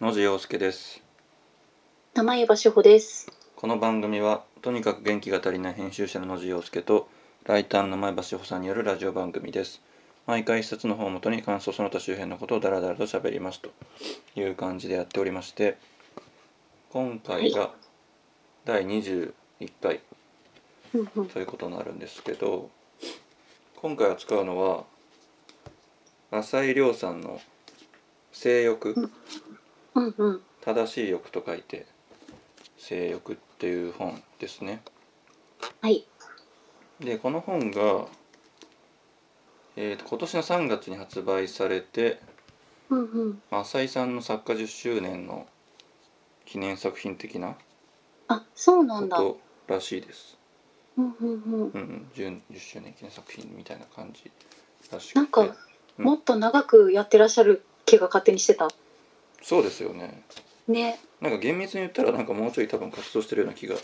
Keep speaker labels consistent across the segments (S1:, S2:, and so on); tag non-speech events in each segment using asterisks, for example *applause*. S1: 野地陽介です
S2: 玉井場志保です。
S1: この番組はとにかく元気が足りない編集者の野地陽介とライターの前橋穂さんによるラジオ番組です毎回一冊の本をもとに感想その他周辺のことをダラダラと喋りますという感じでやっておりまして今回が第21回
S2: うんうん
S1: ということになるんですけど今回扱うのは浅井亮さんの「性欲」
S2: うんうん
S1: 正しい欲と書いて「性欲」っていう本ですね。
S2: はい
S1: でこの本が、えーと今年の3月に発売されて
S2: うんうん
S1: まあ浅井さんの作家10周年の記念作品的な
S2: あそうな
S1: こ
S2: んだ。
S1: とらしいです。
S2: うんうんうん
S1: うんうん、10, 10周年記念作品みたいな感じらしくて
S2: なんか
S1: うん
S2: もっと長くやってらっしゃる気が勝手にしてた。
S1: そうですよね。
S2: ね
S1: なんか厳密に言ったらなんかもうちょい多分活動してるような気がし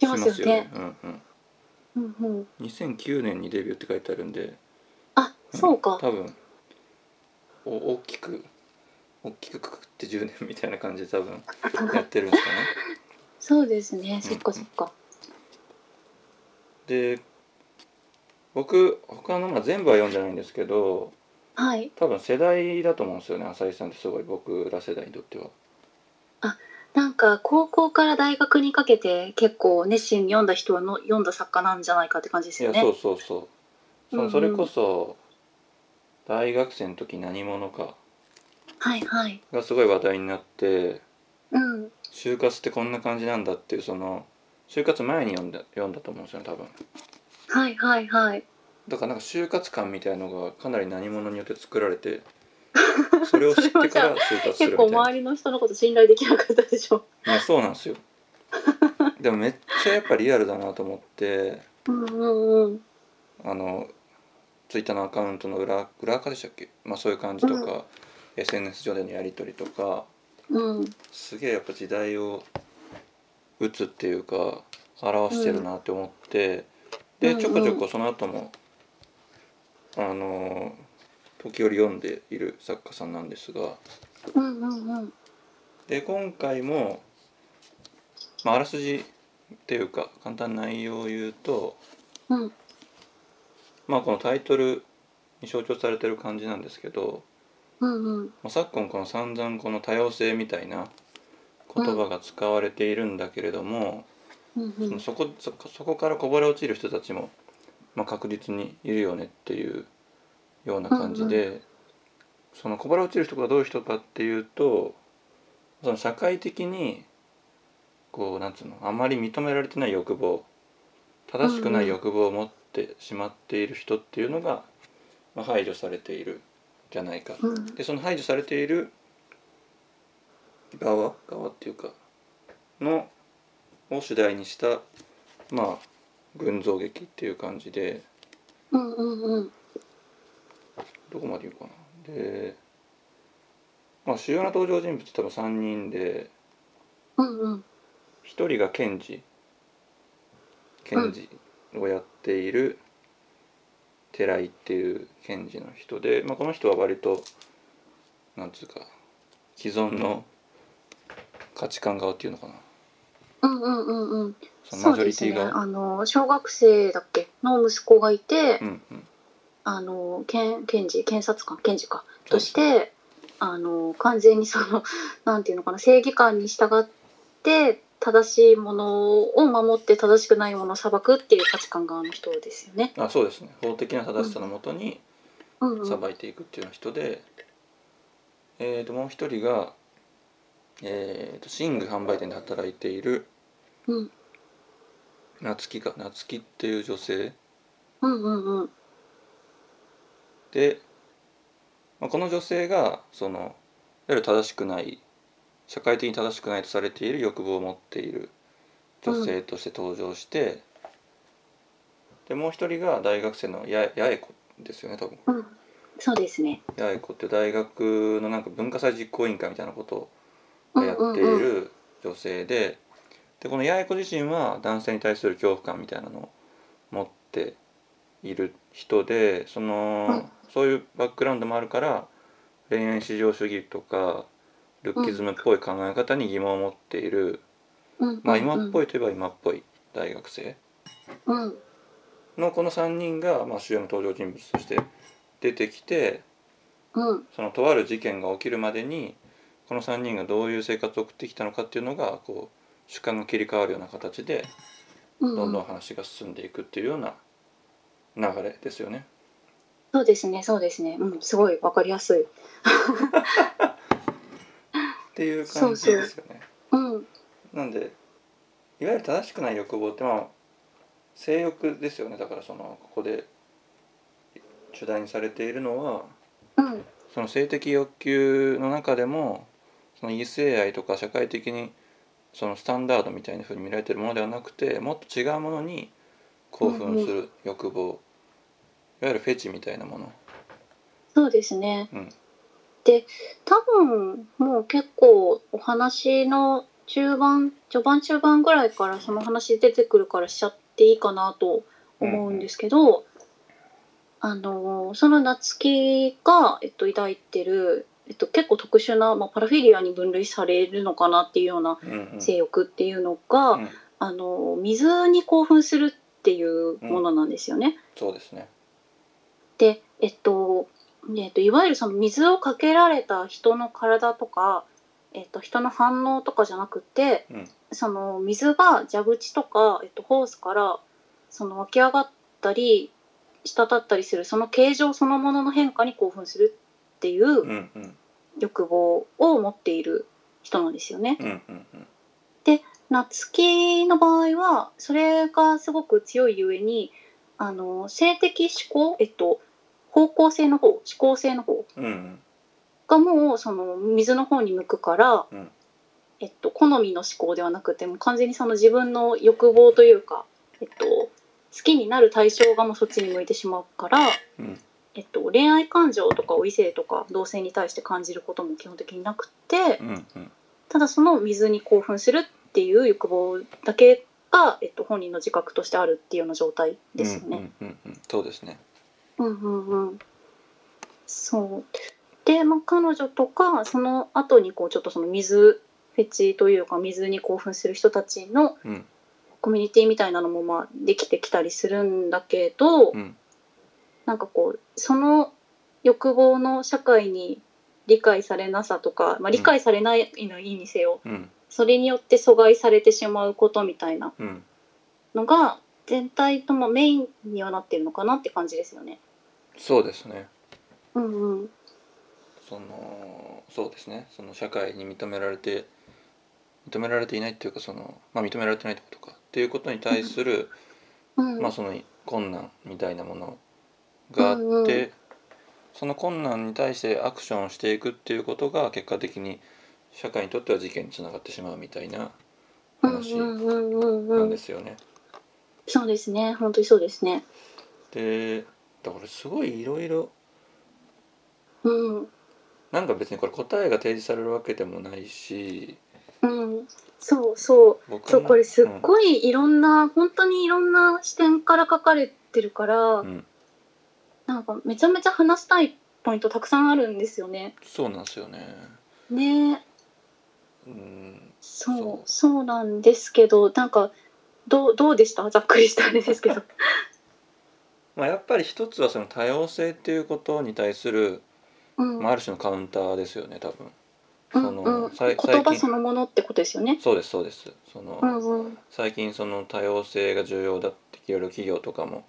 S2: い
S1: ま
S2: ますす
S1: よ
S2: よ
S1: ね。
S2: ね
S1: うん
S2: うんうん
S1: うん、2009年にデビューって書いてあるんで、
S2: あ
S1: ん
S2: そうか。
S1: 多分お大きく大きくくくって10年みたいな感じで多分やってるんです
S2: *laughs*
S1: かね。
S2: そうですね。そっかそっか。
S1: で僕他のまあ全部は読んじゃないんですけど
S2: はい。
S1: 多分世代だと思うんですよね浅井さんってすごい僕ら世代にとっては。
S2: なんか高校から大学にかけて結構熱心に読んだ人はの読んだ作家なんじゃないかって感じです
S1: い
S2: よ
S1: や
S2: ね。
S1: そうそうそうそ
S2: うんう
S1: の
S2: ん
S1: それこそ大学生の時何者か
S2: はいはい。
S1: がすごい話題になって
S2: うん
S1: 就活ってこんな感じなんだっていうその就活前に読んだ読んだと思うんですよね多分
S2: はいはいはい。
S1: だからなんか就活感みたいのがかなり何者によって作られ
S2: *laughs*
S1: てそれを知ってから就活す
S2: 結
S1: る
S2: 構
S1: みた
S2: 周
S1: い
S2: りの人のこと信頼できなかったでしょ。
S1: な、ね、そうなんですよでもめっちゃやっぱリアルだなと思って
S2: うんうんうん
S1: あのツイッターのアカウントの裏裏垢でしたっけ、まあ、そういう感じとか、SNS 上でのやり取りとか
S2: うん
S1: すげえやっぱ時代を打つっていうか表してるなって思って、
S2: うん
S1: でちょこちょこその後も、あのー時折読んでいる作家さんなんですが
S2: うんうんうん。
S1: で今回も、まあ、あらすじっていうか簡単な内容を言うと、
S2: うん
S1: まあ、このタイトルに象徴されてる感じなんですけど、
S2: うんうん
S1: まあ、昨今この散々この多様性みたいな言葉が使われているんだけれども、
S2: うんうん
S1: そこそこそこからこぼれ落ちる人たちも、まあ、確実にいるよねっていうような感じで、そのこぼれ落ちる人がどういう人かっていうとその社会的にこうなんつうのあまり認められてない欲望正しくない欲望を持ってしまっている人っていうのが、まあ、排除されているじゃないか。
S2: うん
S1: でその排除されている側側っていうかのを主題にしたまあ群像劇っていう感じで
S2: うんうんうん
S1: どこまで言うかなで、まあ、主要な登場人物多分3人で
S2: うんうん
S1: 1人が検事検事をやっている寺井っていう検事の人で、まあ、この人は割となんつうか既存の価値観側っていうのかな
S2: うんうんうんうん
S1: その
S2: そ
S1: マ
S2: う
S1: ジョ
S2: で
S1: リ
S2: す
S1: ティ
S2: ね
S1: 側
S2: あの小学生だっけの息子がいて、
S1: うんうん
S2: あの検検事検察官検事か
S1: そ
S2: と
S1: う
S2: してあの完全にそのなんていうのかな正義感に従って正しいものを守って正しくないものを裁くっていう価値観側の人ですよね。
S1: あそうですね法的な正しさのもとに
S2: うんうん、
S1: さばいていくっていうような人で、えー、ともう一人が、えー、と寝具販売店で働いている
S2: うん
S1: 夏希か夏希っていう女性
S2: うんうんうん
S1: で、まあ、この女性がそのいわゆる正しくない社会的に正しくないとされている欲望を持っている女性として登場して、でもう一人が大学生のや八重子ですよね多分
S2: うんそうですね。
S1: 八重子って大学のなんか文化祭実行委員会みたいなこと
S2: う
S1: を
S2: ん
S1: や
S2: う
S1: っ
S2: ん
S1: てい
S2: うん
S1: る女性で,、でこの八重子自身は男性に対する恐怖感みたいなのを持っている人でその、そういうバックグラウンドもあるから恋愛至上主義とかルッキズムっぽい考え方に疑問を持っている、
S2: うん
S1: まあ、今っ
S2: い。
S1: ぽいといえば今っぽい大学生
S2: うん
S1: のこの3人が、まあ、主要な登場人物として出てきて
S2: うん
S1: そのとある事件が起きるまでにこの3人がどういう生活を送ってきたのかっていうのがこう主観が切り替わるような形で
S2: うん
S1: どんどん話が進んでいくっていうような流れですよね。
S2: そうですねそうですねうんすごいわかりやすい。
S1: っていう感じですよね。
S2: うん
S1: なんでいわゆる正しくない欲望ってまあ性欲ですよねだからそのここで主題にされているのは
S2: うん
S1: その性的欲求の中でもその異性愛とか社会的にそのスタンダードみたいな風に見られてるものではなくてもっと違うものに興奮する欲望、いわゆるフェチみたいなもの
S2: そうですね。
S1: うん
S2: で多分もう結構お話の中盤序盤中盤ぐらいからその話出てくるからしちゃっていいかなと思うんですけど、あのその夏希が、えっと、抱いてる、えっと、結構特殊な、まあ、パラフィリアに分類されるのかなっていうような
S1: うんうん
S2: 性欲っていうのが、
S1: うん
S2: あの水に興奮するっていうものなんですよね。
S1: そうですね
S2: で、えっとねえっと、いわゆるその水をかけられた人の体とか、えっと、人の反応とかじゃなくて、
S1: うん
S2: その水が蛇口とか、えっと、ホースからその湧き上がったり滴ったりするその形状そのものの変化に興奮するっていううん
S1: うん
S2: 欲望を持っている人なんですよね。
S1: うんうんうん
S2: 夏希の場合はそれがすごく強いゆえにあの性的思考、えっと、方向性の方思考性の方
S1: うんうん
S2: がもうその水の方に向くから、
S1: うん
S2: えっと、好みの思考ではなくてもう完全にその自分の欲望というか、えっと、好きになる対象がもうそっちに向いてしまうから、
S1: うん
S2: えっと、恋愛感情とかを異性とか同性に対して感じることも基本的になくて。
S1: うんうん
S2: ただその水に興奮するっていう欲望だけが、えっと、本人の自覚としてあるっていうような状態ですよね。
S1: うんうんうんうんそうですね
S2: うんうんうん、そうで、まあ、彼女とかその後にこうちょっとその水フェチというか水に興奮する人たちの
S1: うん
S2: コミュニティみたいなのもまあできてきたりするんだけど、
S1: うん
S2: なんかこうその欲望の社会に理解されなさとか、まあ、理解されないのいいにせよ、
S1: うん
S2: それによって阻害されてしまうことみたいな
S1: うん
S2: のが全体ともメインにはなってるのかなって感じですよね。
S1: そうですね
S2: うんうん
S1: そのそうですねその社会に認められて認められていないっていうかその、まあ、認められてないってことかっていうことに対する、
S2: うん
S1: まあ、その困難みたいなものがあって、
S2: うんうん
S1: その困難に対してアクションをしていくっていうことが結果的に社会にとっては事件につながってしまうみたいな話
S2: う
S1: なん
S2: うんうんうんうん
S1: んですよね。
S2: そうですね本当にそうですね。
S1: でだからすごいいろいろ
S2: うん
S1: なんか別にこれ答えが提示されるわけでもないし
S2: うんそうそう
S1: 僕
S2: そう
S1: も
S2: これすっ
S1: うん
S2: ごいいろんな、本当にいろんな視点から書かれてるから、
S1: うん
S2: なんかめちゃめちゃ話したいポイントたくさんあるんですよね。
S1: そうなんですよね。
S2: ねえ
S1: うん
S2: そう
S1: そう
S2: そうなんですけどなんかどうどうでしたざっくりしたあれで
S1: *laughs*
S2: すけど。
S1: まあ、やっぱり一つはその多様性っていうことに対する、
S2: うん
S1: まあ、ある種のカウンターですよね多分
S2: う
S1: そ
S2: ん
S1: の
S2: うん、
S1: さい
S2: 言
S1: 最
S2: 葉
S1: 近
S2: そのものってことですよね。
S1: そうですそうですその、
S2: うんうん
S1: 最近その多様性が重要だっていろいろ企業とかも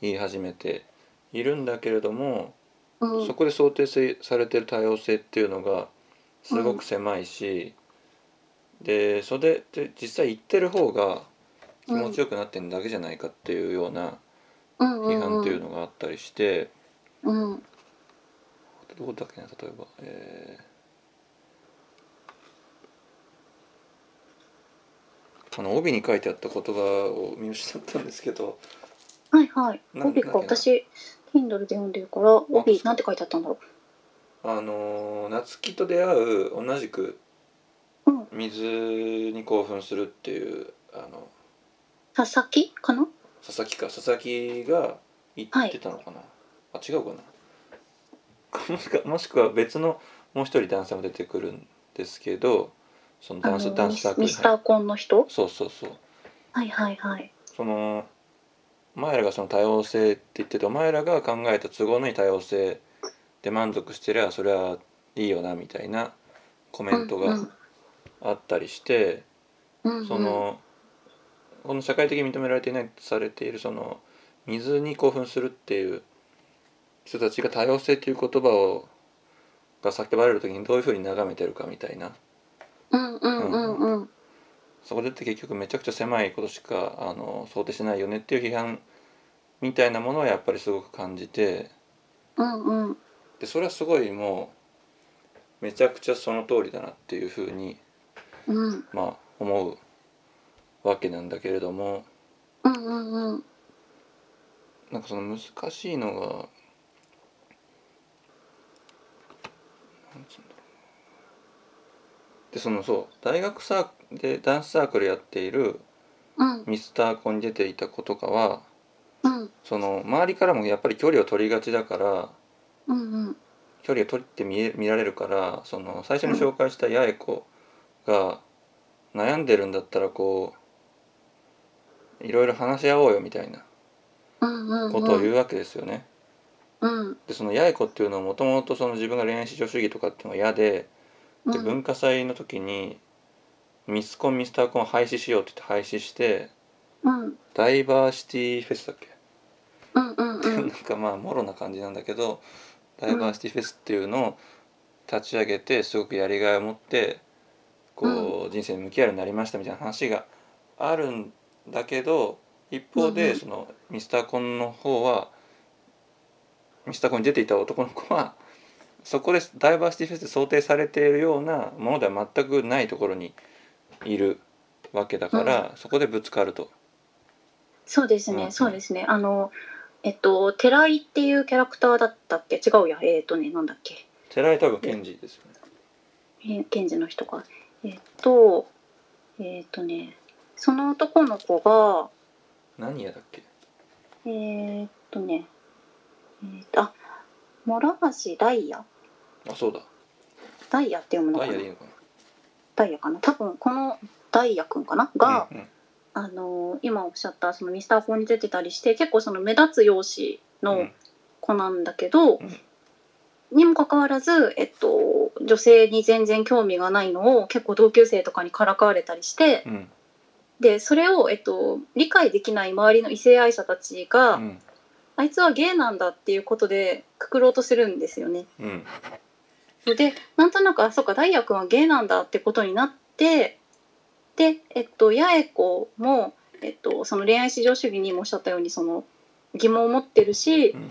S1: 言い始めているんだけれども、
S2: うん
S1: そこで想定せされてる多様性っていうのがすごく狭いし、でそれで実際言ってる方が気持ちよくなってるだけじゃないかっていうような
S2: うんうん
S1: 批判っていうのがあったりして。
S2: うんうん
S1: どこだっけな例えば、えー、あの帯に書いてあった言葉を見失ったんですけど
S2: はいはい。
S1: なん
S2: 帯か
S1: なんだっけな
S2: 私 Kindle で読んでるから帯なんて書いてあったんだろ
S1: あのー夏希と出会う同じく
S2: うん
S1: 水に興奮するっていうあの
S2: う。佐々木かな？
S1: 佐々木か佐々木が言ってたのかな、あ *laughs* 違うかなもしくはもしくは別のもう一人男性も出てくるんですけどそのダン
S2: あ
S1: ス
S2: の
S1: ダンスサークル
S2: ミスターコンの人
S1: そうそうそう
S2: はいはいはい。
S1: そのお前らがその多様性って言っててお前らが考えた都合のいい多様性で満足してりゃそれはいいよなみたいなコメント
S2: う
S1: が
S2: ん
S1: あったりして、
S2: うんうん
S1: そのこの社会的に認められていないとされているその水に興奮するっていう人たちが多様性っていう言葉をが叫ばれる時にどういうふうに眺めてるかみたいな
S2: うんうんうんうん
S1: そこでって結局めちゃくちゃ狭いことしかあの想定しないよねっていう批判みたいなものはやっぱりすごく感じて
S2: うんうん
S1: でそれはすごいもうめちゃくちゃその通りだなっていうふうに、
S2: うん
S1: まあ、思うわけなんだけれども
S2: うんうんうん
S1: なんかその難しいのがなんつうんだろうでそのそう大学サークでダンスサークルやっている
S2: うん
S1: ミスターコンに出ていた子とかは
S2: うん
S1: その周りからもやっぱり距離を取りがちだから
S2: うんうん
S1: 距離を取って見え見られるからその最初に紹介した八重子が悩んでるんだったらこういろいろ話し合おうよみたいな
S2: うんうん
S1: ことを言うわけですよね。
S2: うん
S1: でその八重子っていうのはもともとその自分が恋愛至上主義とかっていうのが嫌で
S2: うん
S1: で文化祭の時にミスコンミスターコンを廃止しようって言って廃止して
S2: うん
S1: ダイバーシティフェスだっけ
S2: うんうんう
S1: なん
S2: ん
S1: かまあもろな感じなんだけどダイバーシティフェスっていうのを立ち上げてすごくやりがいを持ってこう人生に向き合うようになりましたみたいな話があるんだけど一方
S2: うんう
S1: で
S2: ん
S1: そのミスターコンの方はミスターコンに出ていた男の子はそこでダイバーシティフェスで想定されているようなものでは全くないところにいるわけだからそこでぶつかると。
S2: そうです
S1: うん
S2: ねそうですねあのえっと寺井っていうキャラクターだったっけ違うやえっとねなんだっけ
S1: 寺井多分賢治ですよね。
S2: えー検事の人が。えっと、えっとね、その男の子が、
S1: 何やだっけ
S2: えっとね、えっと、あ、諸橋ダイヤ
S1: あそうだ
S2: ダイヤって読むの
S1: ダ
S2: か
S1: イ
S2: な
S1: ヤでいいのかな
S2: ダイヤかな多分このダイヤくんかなが、
S1: うんうん
S2: あのー今おっしゃったそのミスターコーンに出てたりして、結構その目立つ容姿
S1: う
S2: の
S1: ん
S2: 子なんだけど、
S1: うん
S2: にもかかわらず、えっと、女性に全然興味がないのを結構同級生とかにからかわれたりして、
S1: うん
S2: でそれを、えっと、理解できない周りの異性愛者たちが、
S1: うん
S2: あいつはゲイなんだっていうことでくくろうとするんですよね。
S1: うん
S2: でなんとなくあそうかダイヤ君はゲイなんだってことになってで、えっと、八重子も、えっと、その恋愛至上主義にもおっしゃったようにその疑問を持ってるし、
S1: うん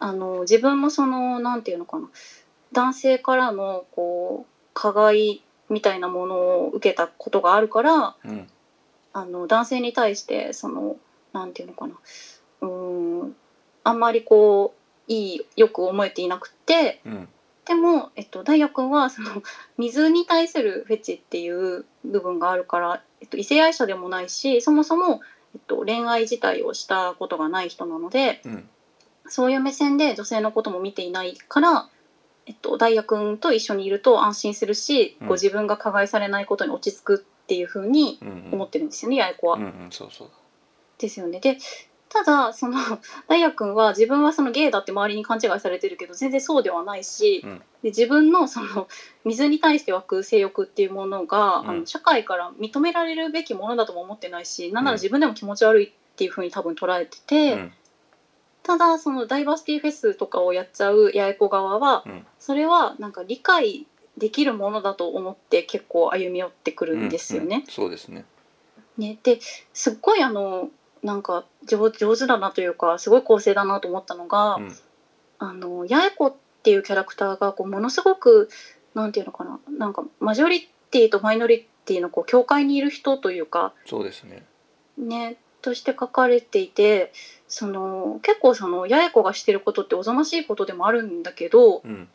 S2: あの自分もそのなんていうのかな男性からのこう加害みたいなものを受けたことがあるから、
S1: うん
S2: あの男性に対してそのなんていうのかなうーんあんまりこういいよく思えていなくて
S1: うん
S2: でも、えっと、ダイヤ君はその水に対するフェチっていう部分があるから、えっと、異性愛者でもないしそもそも、えっと、恋愛自体をしたことがない人なので
S1: うん
S2: そういう目線で女性のことも見ていないから。えっと、ダイヤ君と一緒にいると安心するし、
S1: うん
S2: こう自分が加害されないことに落ち着くっていうふうに
S1: うんうん
S2: 思ってるんですよね、八重子は
S1: う。んうんそうそう
S2: ですよね。でただその *laughs* ダイヤ君は自分はそのゲイだって周りに勘違いされてるけど全然そうではないし、
S1: うん
S2: で自分のその水に対して湧く性欲っていうものが、
S1: うん
S2: あの社会から認められるべきものだとも思ってないしなんな
S1: うん
S2: ら自分でも気持ち悪いっていうふうに多分捉えてて、
S1: うん
S2: ただそのダイバーシティフェスとかをやっちゃう八重子側は、
S1: うん
S2: それはなんか理解できるものだと思って結構歩み寄ってくるんですよね。
S1: うんうんそうですね
S2: ね、ですっごいあのなんか上上手だなというかすごい構成だなと思ったのが、
S1: うん
S2: あの八重子っていうキャラクターがこうものすごくなんていうのかななんかマジョリティとマイノリティのこう境界にいる人というか
S1: そうですね
S2: ねとして書かれていてその結構その八重子がしてることっておぞましいことでもあるんだけど
S1: うん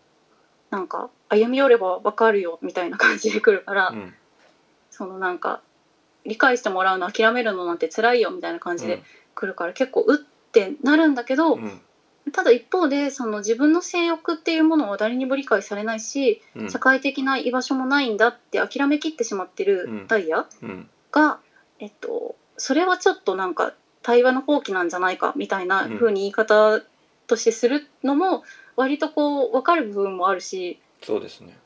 S2: なんか歩み寄ればわかるよみたいな感じで来るから、
S1: うん
S2: そのなんか理解してもらうの諦めるのなんて辛いよみたいな感じで来るから結構うってなるんだけど、
S1: うん
S2: ただ一方でその自分の性欲っていうものは誰にも理解されないし、
S1: うん
S2: 社会的な居場所もないんだって諦めきってしまって
S1: う
S2: る
S1: ん
S2: ダイヤ
S1: うん
S2: が、えっと、それはちょっとなんか対話の放棄なんじゃないかみたいな風に言い方としてするのも割とこう分かる部分もあるし
S1: そうですね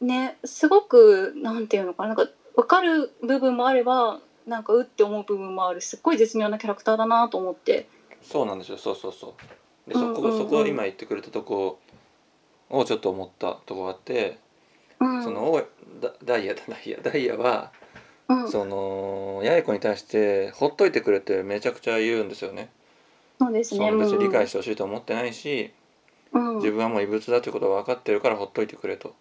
S2: ねすごくなんていうのかななんか分かる部分もあればなんかうって思う部分もあるすっごい絶妙なキャラクターだなと思って。
S1: そうなんですよそうそうそうで
S2: うん
S1: そこ、
S2: うんうん
S1: そこを今言ってくれたとこをちょっと思ったとこがあって、
S2: うん、
S1: そのダダイヤだダイヤダイヤは、
S2: うん、そ
S1: その八重子に対してほっといてくれってめちゃくちゃ言うんですよね
S2: うです
S1: そ
S2: ね。
S1: の別に理解
S2: し、
S1: してほしいと思ってないし、
S2: うん、
S1: 自分はもう異物だということは分かってるからほっといてくれと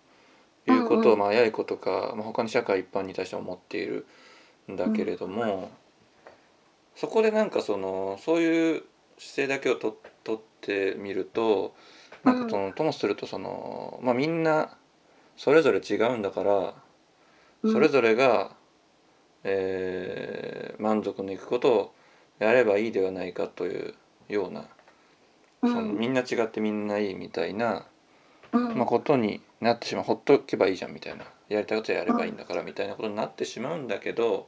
S1: いうこと
S2: うん
S1: を、
S2: うん
S1: まあ、八重子とか、まあ、他の社会一般に対して思っているんだけれども、そこでなんかそのそういう姿勢だけをと取ってみるとなんかそのともするとその、まあ、みんなそれぞれ違うんだから
S2: うん
S1: それぞれが、えー満足のいくことをやればいいではないかというような、
S2: う
S1: その
S2: ん
S1: みんな違ってみんないいみたいな。
S2: うん
S1: まあ、ことになってしまうほっとけばいいじゃんみたいなやりたいことやればいいんだからみたいなことになってしまうんだけど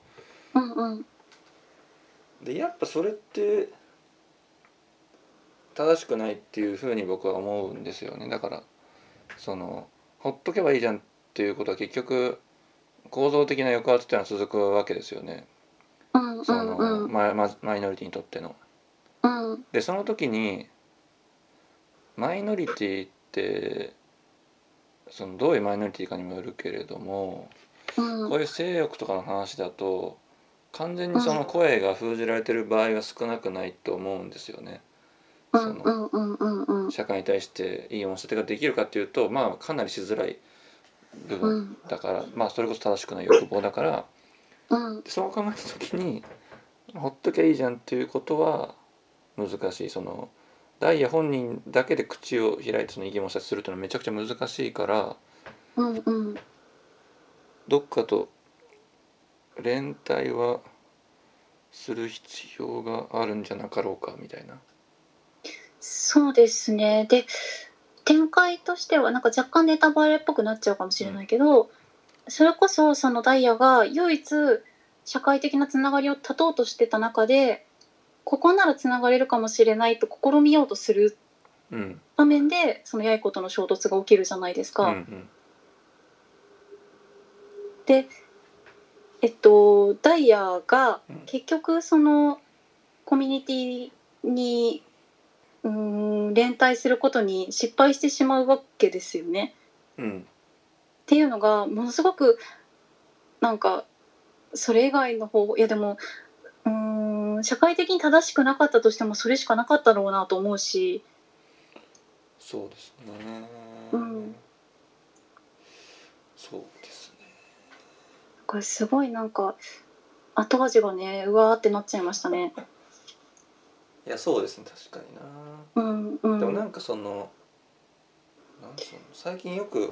S2: うんうん
S1: でやっぱそれって正しくないっていうふうに僕は思うんですよねだからそのほっとけばいいじゃんっていうことは結局構造的な抑圧っていうのは続くわけですよね
S2: うん
S1: そ
S2: うんうん
S1: のマイママイノリティにとっての。
S2: うん
S1: でその時にマイノリティってそのどういうマイノリティかにもよるけれども
S2: うん
S1: こういう性欲とかの話だと完全にその声が封じられてる場合は少なくないと思うんですよね。
S2: う
S1: そ
S2: ん
S1: の
S2: うんうんうんうん
S1: 社会に対していい音声ができるかっていうとまあかなりしづらい部
S2: う
S1: 分
S2: ん
S1: だから、まあそれこそ正しくない欲望だから
S2: うん
S1: そう考えた時にほっときゃいいじゃんっていうことは難しいそのダイヤ本人だけで口を開いてその異議申し立てするっていうのはめちゃくちゃ難しいから。
S2: うんうん
S1: どっかと連帯はする必要があるんじゃなかろうかみたいな。
S2: そうですねで展開としてはなんか若干ネタバレっぽくなっちゃうかもしれないけど、それこそそのダイヤが唯一社会的なつながりを断とうとしてた中でここならつながれるかもしれないと試みようとする
S1: うん、
S2: 場面でその八重子との衝突が起きるじゃないです
S1: う
S2: か。
S1: ん
S2: でえっとダイヤが
S1: うん
S2: 結局そのコミュニティにうーん連帯することに失敗してしまうわけですよね。
S1: うんうん
S2: っていうのがものすごくなんかそれ以外の方いやでもうーん社会的に正しくなかったとしてもそれしかなかったろうなと思うし
S1: そうですね、
S2: うん
S1: そうですね
S2: これすごいなんか後味がねうわーってなっちゃいましたね。
S1: いやそうですね確かにな、
S2: うんうん、
S1: でもなんかそのなんその最近よく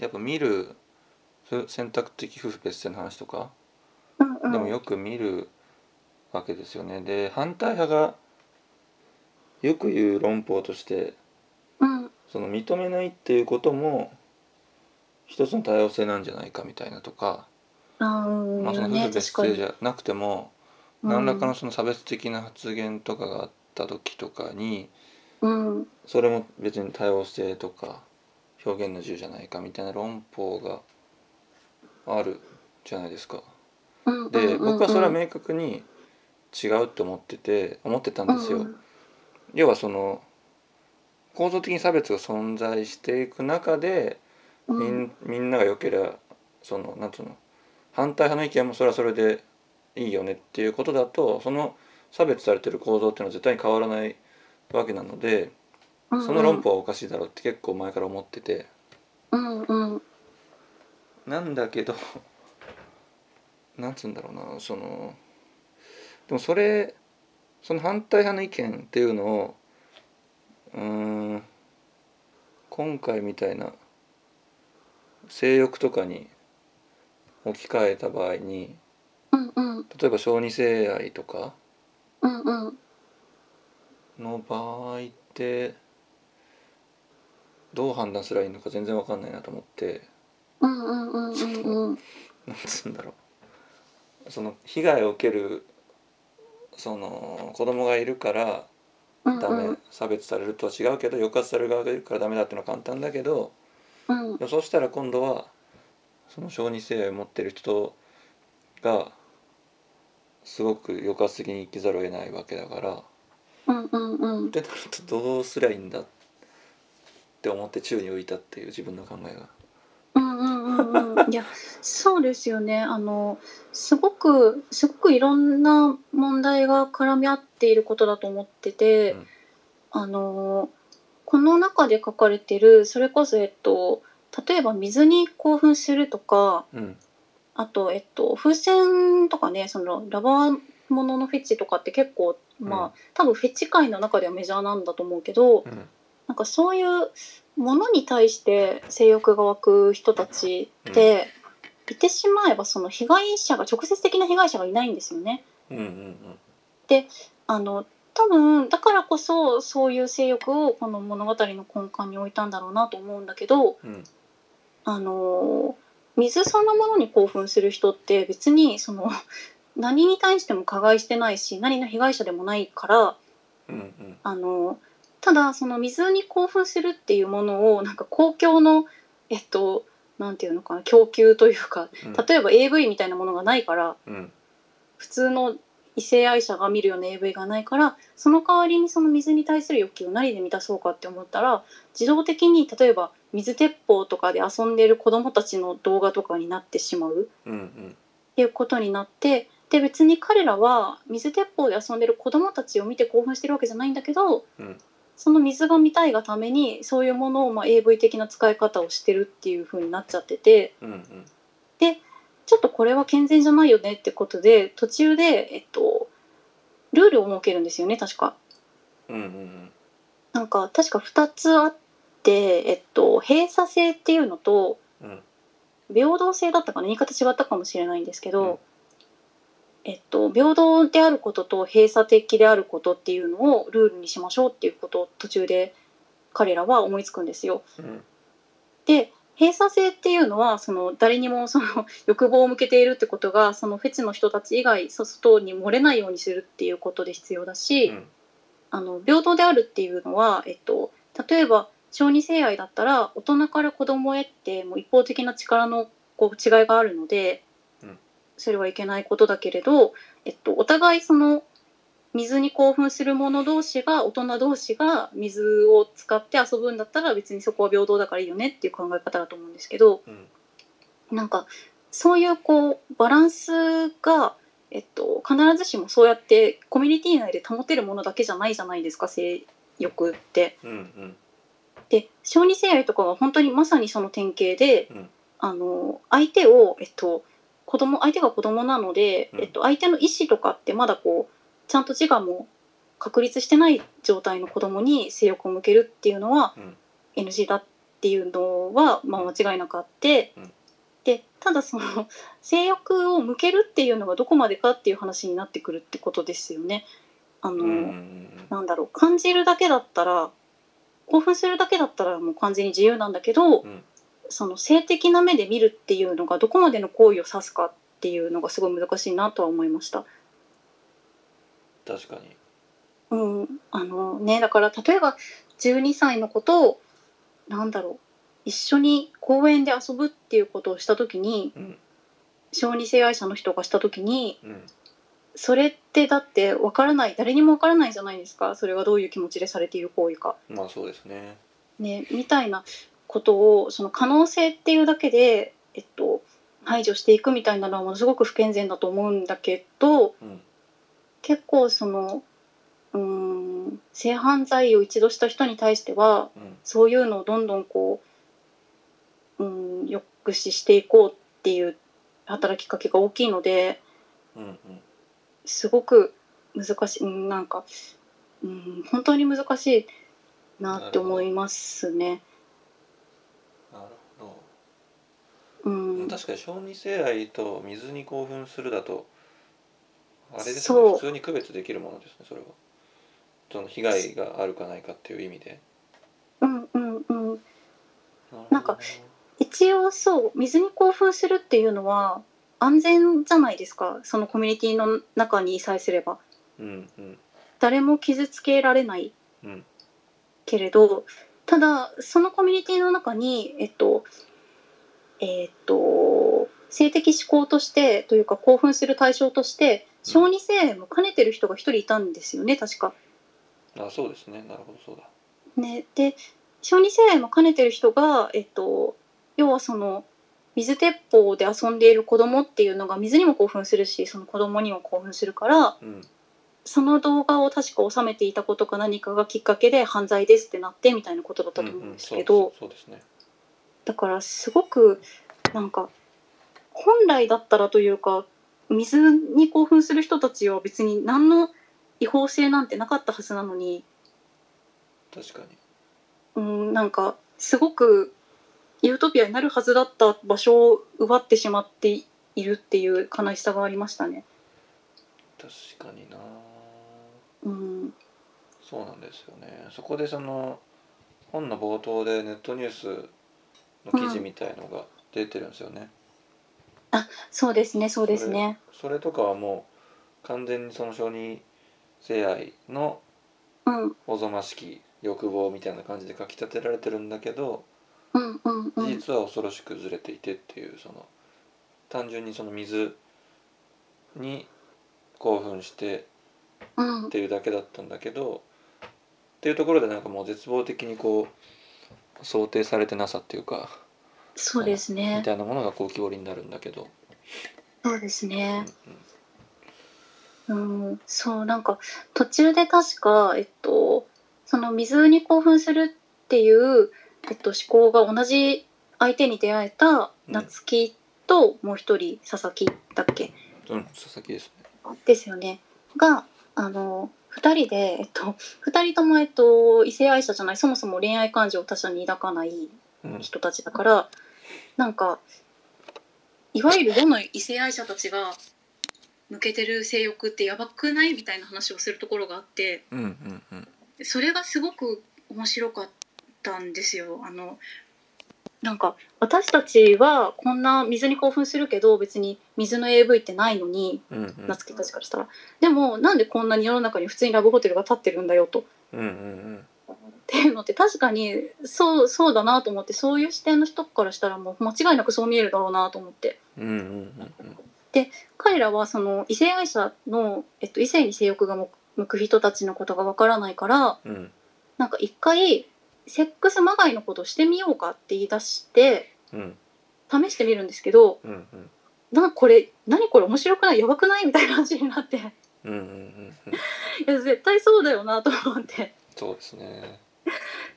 S1: やっぱ見るふ選択的夫婦別姓の話とか、
S2: うんうん、
S1: でもよく見るわけですよね。で反対派がよく言う論法として
S2: うん
S1: その認めないっていうことも一つの多様性なんじゃないかみたいなとか、
S2: あー
S1: まあ、その夫
S2: ね
S1: 婦別
S2: 確かに
S1: 姓じゃなくても何らかのその差別的な発言とかがあった時とかに
S2: うん
S1: それも別に多様性とか表現の自由じゃないかみたいな論法があるじゃないですか。
S2: うん
S1: で
S2: うんうんうん
S1: 僕はそれは明確に違うと思ってて思ってたんですよ、
S2: うん
S1: 要はその構造的に差別が存在していく中で
S2: う
S1: み
S2: ん
S1: んみんなが良ければそのなんつうの反対派の意見もそれはそれでいいよねっていうことだとその差別されてる構造っていうのは絶対に変わらないわけなので
S2: うん
S1: その論法はおかしいだろうって結構前から思ってて
S2: うんうん
S1: なんだけど *laughs* なんつうんだろうなそのでもそれその反対派の意見っていうのをうーん今回みたいな性欲とかに置き換えた場合に
S2: うんうん
S1: 例えば小児性愛とか
S2: うんうん
S1: の場合ってどう判断すればいいのか全然わかんないなと思って
S2: うんうんうんうんうん
S1: なんつうんだろうその被害を受けるその子供がいるから
S2: うん
S1: ダ
S2: う
S1: メ、
S2: ん
S1: 差別されるとは違うけど抑圧される側がいるからダメだっていうのは簡単だけど
S2: うん
S1: 予想したら今度はその小児性愛を持ってる人がすごく抑圧的に生きざるを得ないわけだから。
S2: うんうんうん
S1: ってなるとどうすりゃいいんだって思って宙に浮いたっていう自分の考えが。
S2: うんうんうんうんいやそうですよねあのすごくすごくいろんな問題が絡み合っていることだと思ってて、
S1: うん
S2: あのこの中で書かれてるそれこそえっと例えば水に興奮するとか
S1: うん
S2: あとえっと風船とかねそのラバーもののフェチとかって結構まあ、
S1: うん
S2: 多分フェチ界の中ではメジャーなんだと思うけど、
S1: うん
S2: なんかそういうものに対して性欲が湧く人たちって、言ってしまえばその被害者が直接的な被害者がいないんですよね。
S1: うんうん
S2: あの多分だからこそそういう性欲をこの物語の根幹に置いたんだろうなと思うんだけど、
S1: うんうん
S2: あの水そのものに興奮する人って別にその *laughs* 何に対しても加害してないし何の被害者でもないから
S1: うんうん
S2: あのただその水に興奮するっていうものをなんか公共のえっとなんていうのかな供給というか
S1: うん
S2: 例えば AV みたいなものがないから
S1: うん
S2: 普通の異性愛者が見るような AV がないからその代わりにその水に対する欲求を何で満たそうかって思ったら自動的に例えば水鉄砲とかで遊んでる子どもたちの動画とかになってしまう
S1: うんうん
S2: っていうことになってで別に彼らは水鉄砲で遊んでる子どもたちを見て興奮してるわけじゃないんだけど、
S1: うん
S2: その水が見たいがためにそういうものをまあ AV 的な使い方をしてるっていう風になっちゃってて
S1: うんうん
S2: ちょっとこれは健全じゃないよねってことで途中で、えっと、ルールを設けるんですよね確か。
S1: うんうん
S2: なんか確か2つあって、えっと、閉鎖性っていうのと
S1: うん
S2: 平等性だったかな言い方違ったかもしれないんですけど、
S1: うん
S2: えっと、平等であることと閉鎖的であることっていうのをルールにしましょうっていうことを途中で彼らは思いつくんですよ。
S1: うん
S2: で閉鎖性っていうのはその誰にもその欲望を向けているってことがそのフェチの人たち以外そ外に漏れないようにするっていうことで必要だし、
S1: うん
S2: あの平等であるっていうのは、えっと、例えば小児性愛だったら大人から子供へってもう一方的な力のこう違いがあるので、
S1: うん
S2: それはいけないことだけれど、えっと、お互いその水に興奮する者同士が大人同士が水を使って遊ぶんだったら別にそこは平等だからいいよねっていう考え方だと思うんですけど、
S1: うん
S2: なんかそういうこうバランスが、えっと、必ずしもそうやってコミュニティ内で保てるものだけじゃないじゃないですか性欲って。
S1: うん
S2: で小児性愛とかは本当にまさにその典型で、
S1: うん
S2: あの相手を、えっと、子供相手が子供なので、
S1: うん
S2: えっと、相手の意思とかってまだこうちゃんと自我も確立してない状態の子供に性欲を向けるっていうのは
S1: うん
S2: NG だっていうのは、まあ、間違いなくあって、
S1: うん
S2: でただその性欲を向けるっていうのがどこまでかっていう話になってくるってことですよね。あの、
S1: うんうん
S2: なんだろう感じるだけだったら興奮するだけだったらもう完全に自由なんだけど、
S1: うん
S2: その性的な目で見るっていうのがどこまでの行為を指すかっていうのがすごい難しいなとは思いました。
S1: 確かに
S2: うん、あのねだから例えば12歳の子となんだろう一緒に公園で遊ぶっていうことをした時に
S1: うん
S2: 小児性愛者の人がした時に
S1: うん
S2: それってだってわからない誰にもわからないじゃないですかそれがどういう気持ちでされている行為か。
S1: まあそうですね
S2: ね、みたいなことをその可能性っていうだけで、えっと、排除していくみたいなのはものすごく不健全だと思うんだけど
S1: うん
S2: 結構そのうーん性犯罪を一度した人に対しては
S1: うん
S2: そういうのをどんどんこううーん抑止していこうっていう働きかけが大きいので
S1: うん
S2: すごく難しいうんなんかうん本当に難しいなって思いますね。
S1: なるほ
S2: うん
S1: ど確かに小児性愛と水に興奮するだとあれです
S2: そ
S1: ね
S2: う
S1: 普通に区別できるものですねそれはその被害があるかないかっていう意味で
S2: うんうんうん
S1: るほど
S2: なんか一応そう水に興奮するっていうのは安全じゃないですかそのコミュニティの中にさえすれば
S1: うんうん
S2: 誰も傷つけられない
S1: うん
S2: けれどただそのコミュニティの中にえっとえっと性的指向としてというか興奮する対象として小児性愛も兼ねてる人が一人いたんですよね確か。
S1: あそうですねなるほどそうだ
S2: ね、で小児性愛も兼ねてる人が、えっと、要はその水鉄砲で遊んでいる子供っていうのが水にも興奮するしその子供にも興奮するから
S1: うん
S2: その動画を確か収めていたことか何かがきっかけで犯罪ですってなってみたいなことだったと思うんですけど、
S1: うんうん、そうそうそうですね
S2: だからすごくなんか本来だったらというか水に興奮する人たちは別に何の違法性なんてなかったはずなのに、
S1: 確かに
S2: うん、なんかすごくユートピアになるはずだった場所を奪ってしまっているっていう悲しさがありましたね。
S1: 確かにな
S2: うん、
S1: そうなんですよねそこでその本の冒頭でネットニュースの記事みたいのが出てるんですよね、
S2: そうですねそうですね。
S1: それとかはもう完全にその小児性愛の
S2: うん
S1: おぞましき欲望みたいな感じで書き立てられてるんだけど
S2: うんうんう
S1: 事
S2: ん
S1: 実は恐ろしくずれていてっていうその単純にその水に興奮して
S2: うん
S1: っていうだけだったんだけどっていうところでなんかもう絶望的にこう想定されてなさっていうか
S2: そうです
S1: み
S2: ね
S1: たいなものがこう浮き彫りになるんだけど、
S2: そうです
S1: うんう
S2: ね
S1: ん。
S2: うん、そうなんか途中で確か、えっと、その水に興奮するっていう、えっと、思考が同じ相手に出会えた夏希ともう一人佐々木だっけ
S1: うん、佐々木ですね。
S2: ですよねがあの2人で、えっと、2人とも、えっと、異性愛者じゃないそもそも恋愛感情を他者に抱かない
S1: うん
S2: 人たちだからなんかいわゆる世の異性愛者たちが向けてる性欲ってやばくないみたいな話をするところがあって
S1: うんうんうん
S2: それがすごく面白かったんですよ。あのなんか私たちはこんな水に興奮するけど別に水の AV ってないのに
S1: うんうん
S2: 夏希たちからしたらでもなんでこんなに世の中に普通にラブホテルが建ってるんだよと
S1: うんうん
S2: っていうのって確かにそうそうだなと思ってそういう視点の人からしたらもう間違いなくそう見えるだろうなと思って
S1: うんうんうんうん
S2: 彼らはその異性愛者の、えっと、異性に性欲が向く人たちのことがわからないから
S1: うん
S2: なんか一回セックスまがいのことをしてみようかって言い出して
S1: うん
S2: 試してみるんですけど
S1: うんうん
S2: なこれ何これ面白くないやばくないみたいな話になってい
S1: うんうんうんうん
S2: や絶対そうだよなと思って。
S1: そうですね。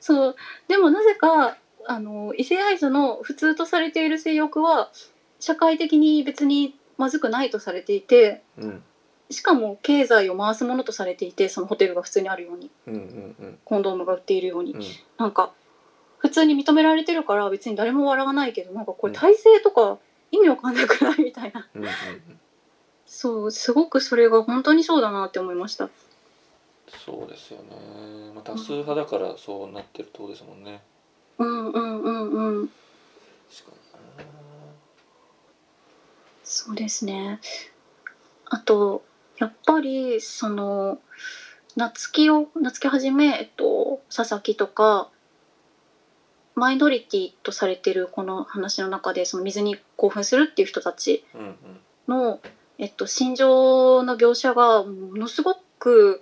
S2: そうでもなぜかあの異性愛者の普通とされている性欲は社会的に別にまずくないとされていて
S1: うん
S2: しかも経済を回すものとされていてそのホテルが普通にあるように
S1: うんうんうん
S2: コンドームが売っているように、
S1: うん
S2: なんか普通に認められてるから別に誰も笑わないけどなんかこれ
S1: うん
S2: 体制とか意味わかんなくないみたいな
S1: うんうん
S2: そうすごくそれが本当にそうだなって思いました
S1: そうですよね。まあ多数派だからそうなってるってことですもんね。
S2: うんうんうんうん
S1: 確か
S2: そうですね。あと、やっぱり、その、夏希を、夏希はじめ、えっと、佐々木とか、マイノリティとされてるこの話の中で、その水に興奮するっていう人たち
S1: にな。うん
S2: の、えっと、心情の描写がものすごく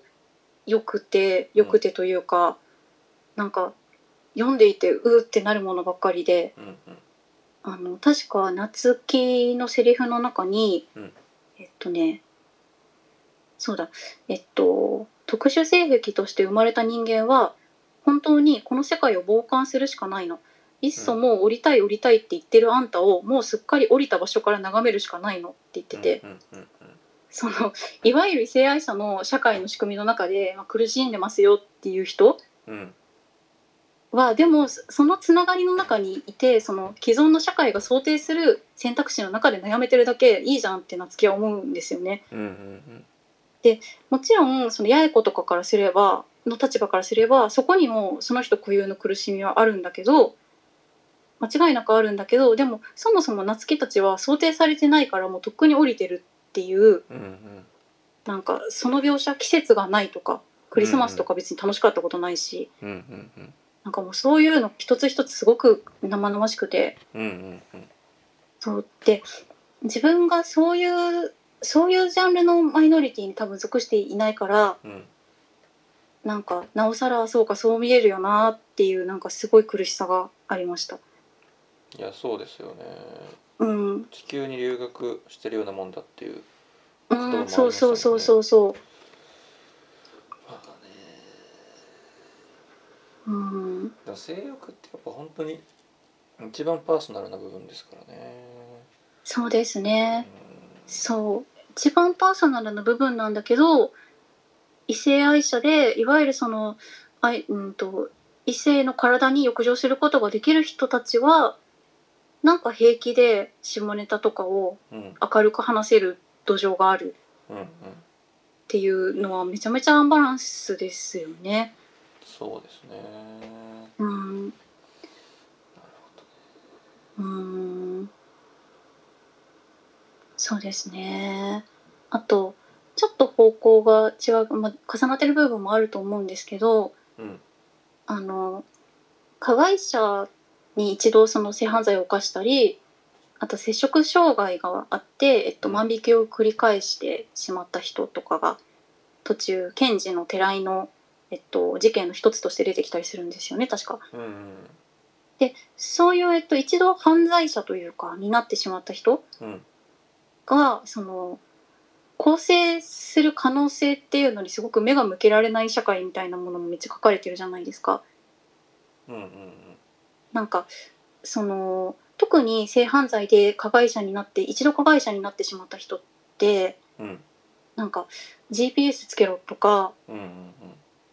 S2: 良くて、良くてというか、なんか、読んでいて、うーってなるものばっかりで、
S1: うんうんうん
S2: あの確か夏希のセリフの中に、
S1: うん
S2: えっとねそうだえっと特殊性癖として生まれた人間は本当にこの世界を傍観するしかないのいっそもう降りたい降りたいって言ってるあんたをもうすっかり降りた場所から眺めるしかないのって言ってて、
S1: うんうん
S2: そのいわゆる異性愛者の社会の仕組みの中で、まあ、苦しんでますよっていう人、
S1: うんうん
S2: はでもそそのつながりの中にいてその既存の社会が想定する選択肢の中で悩めてるだけいいじゃんって夏希は思うんですよね。
S1: うんうんうん
S2: もちろんその八重子とかからすればの立場からすればそこにもその人固有の苦しみはあるんだけど間違いなくあるんだけどでもそもそも夏希たちは想定されてないからもうとっくに降りてるっていう
S1: うんうん
S2: なんかその描写季節がないとかクリスマスとか別に楽しかったことないし、
S1: うんうんうん
S2: なんかもうそういうの一つ一つすごく生々しくて
S1: うんうんうん
S2: そうで自分がそういうそういうジャンルのマイノリティに多分属していないから
S1: うん
S2: なんかなおさらそうかそう見えるよなっていうなんかすごい苦しさがありました。
S1: いやそうですよね
S2: うん、
S1: 地球に留学してるようなもんだっていう
S2: う
S1: もありま
S2: ん、
S1: したも
S2: そ
S1: ん
S2: う
S1: ね
S2: そうそうそうそ
S1: まあね
S2: う、うん、
S1: でも性欲ってやっぱ本当に一番パーソナルな部分ですからね
S2: そうです
S1: う
S2: ね
S1: ん
S2: そう一番パーソナルな部分なんだけど異性愛者でいわゆるそのあい、うん、と異性の体に浴場することができる人たちはなんか平気で下ネタとかを
S1: うん
S2: 明るく話せる土壌がある
S1: うんうん
S2: っていうのはめちゃめちゃアンバランスですよね。
S1: そうですねなる
S2: うん
S1: ほど
S2: うんそうですね。あとちょっと方向が違う、まあ、重なってる部分もあると思うんですけど
S1: うん
S2: あの加害者に一度その性犯罪を犯したりあと摂食障害があって、えっと、万引きを繰り返してしまった人とかが途中検事の寺井の、えっと、事件の一つとして出てきたりするんですよね確か。
S1: うん
S2: そういう、えっと、一度犯罪者というかになってしまった人
S1: うんうん
S2: がその更生する可能性っていうのにすごく目が向けられない社会みたいなものもめっちゃ書かれてるじゃないですか。
S1: うんうん
S2: なんかその特に性犯罪で加害者になって一度加害者になってしまった人って
S1: うんうん
S2: なんか GPS つけろとか
S1: うんうん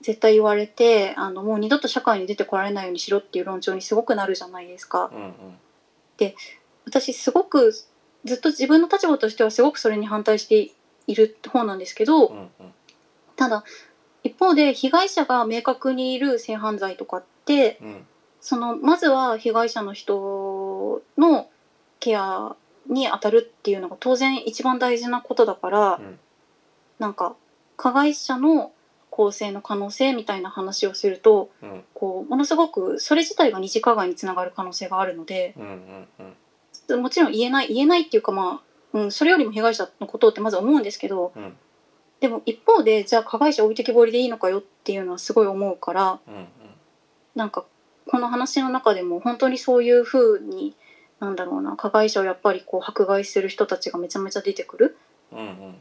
S2: 絶対言われてあのもう二度と社会に出てこられないようにしろっていう論調にすごくなるじゃないですか。
S1: うんうん
S2: 私すごくずっと自分の立場としてはすごくそれに反対している方なんですけど、
S1: うんうん
S2: ただ一方で被害者が明確にいる性犯罪とかって
S1: うん
S2: そのまずは被害者の人のケアに当たるっていうのが当然一番大事なことだか
S1: う
S2: ら、
S1: ん
S2: なんか加害者の構成の可能性みたいな話をすると
S1: うん
S2: こうものすごくそれ自体が二次加害につながる可能性があるので。
S1: うんうんうん
S2: もちろん言えない言えないっていうかまあ、うん、それよりも被害者のことってまず思うんですけど
S1: うん
S2: でも一方でじゃあ加害者置いてきぼりでいいのかよっていうのはすごい思うから
S1: うんうん
S2: なんかこの話の中でも本当にそういう風になんだろうな加害者をやっぱりこう迫害する人たちがめちゃめちゃ出てくる
S1: うんうんうん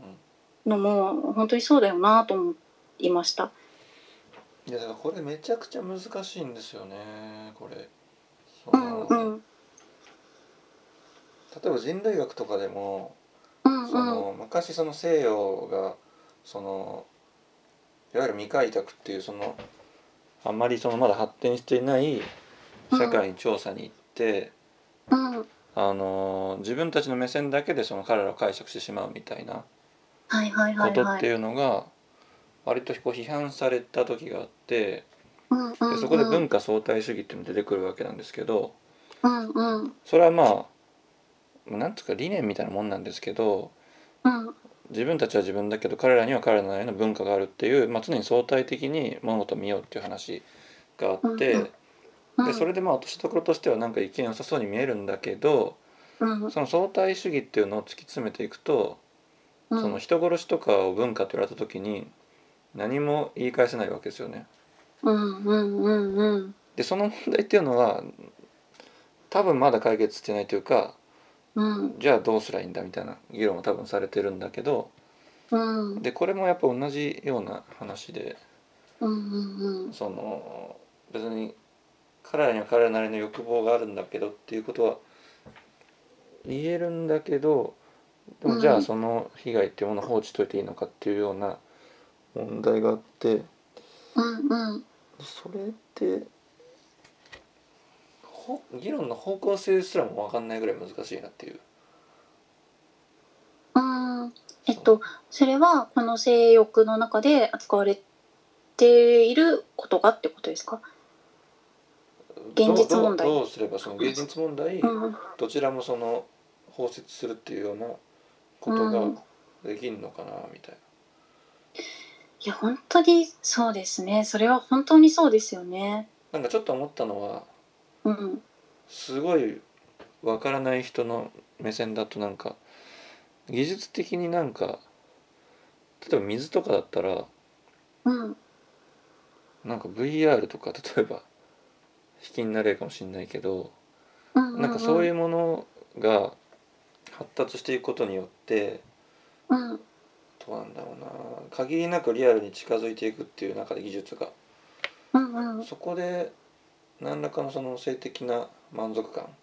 S2: のも本当にそうだよなと思いました。
S1: いやだからこれめちゃくちゃ難しいんですよねこれそ
S2: うん
S1: の
S2: うん
S1: 例えば人類学とかでも
S2: うん
S1: そ
S2: うん
S1: の昔その西洋がそのいわゆる未開拓っていうそのあんまりそのまだ発展していない社会に調査に行って、
S2: うん
S1: あの自分たちの目線だけでその彼らを解釈してしまうみたいな
S2: はいはいは
S1: こ
S2: い
S1: と
S2: は
S1: って
S2: い。
S1: いうのが割とこう批判された時があって
S2: うんうんう
S1: で
S2: ん
S1: そこで文化相対主義っていうのが出てくるわけなんですけど
S2: うんうん
S1: それはまあなんつうか理念みたいなもんなんですけど
S2: うん
S1: 自分たちは自分だけど彼らには彼らなりの文化があるっていう、まあ、常に相対的に物事を見ようっていう話があって、
S2: うんうん
S1: でそれでまあ落としどころとしてはなんか一見良さそうに見えるんだけど
S2: うんうん
S1: その相対主義っていうのを突き詰めていくと、その人殺しとかを文化と言われた時に何も言い返せないわけですよね。
S2: うんうんうんうん
S1: でその問題っていうのは多分まだ解決してないというか
S2: うん
S1: じゃあどうすりゃいいんだみたいな議論も多分されてるんだけど
S2: うんうん
S1: でこれもやっぱ同じような話で。
S2: うん
S1: その別に彼らには彼らなりの欲望があるんだけどっていうことは言えるんだけどで
S2: う
S1: も
S2: ん
S1: じゃあその被害っていうものを放置しといていいのかっていうような問題があって
S2: うんうん
S1: それってほ議論の方向性すらも分かんないぐらい難しいなっていう。
S2: うんえっとそれはこの性欲の中で扱われっていることがってことですか現実問題
S1: どうどうどうすればその現実問題、
S2: うん
S1: どちらもその包摂するっていうようなこと
S2: うん
S1: ができんのかなみたい
S2: いや本当にそうですねそれは本当にそうですよね
S1: ななんかちょっと思ったのは
S2: うん
S1: すごいわからない人の目線だとなんか技術的になんか例えば水とかだったら
S2: うん
S1: なんか VR とか例えば引きになれるかもしれないけど
S2: うん
S1: なんかそういううものが発達していくことによって
S2: うんうん
S1: どうなんだろうな限りなくリアルに近づいていくっていう中で技術が
S2: うんうん
S1: そこで何らかのその性的な満足感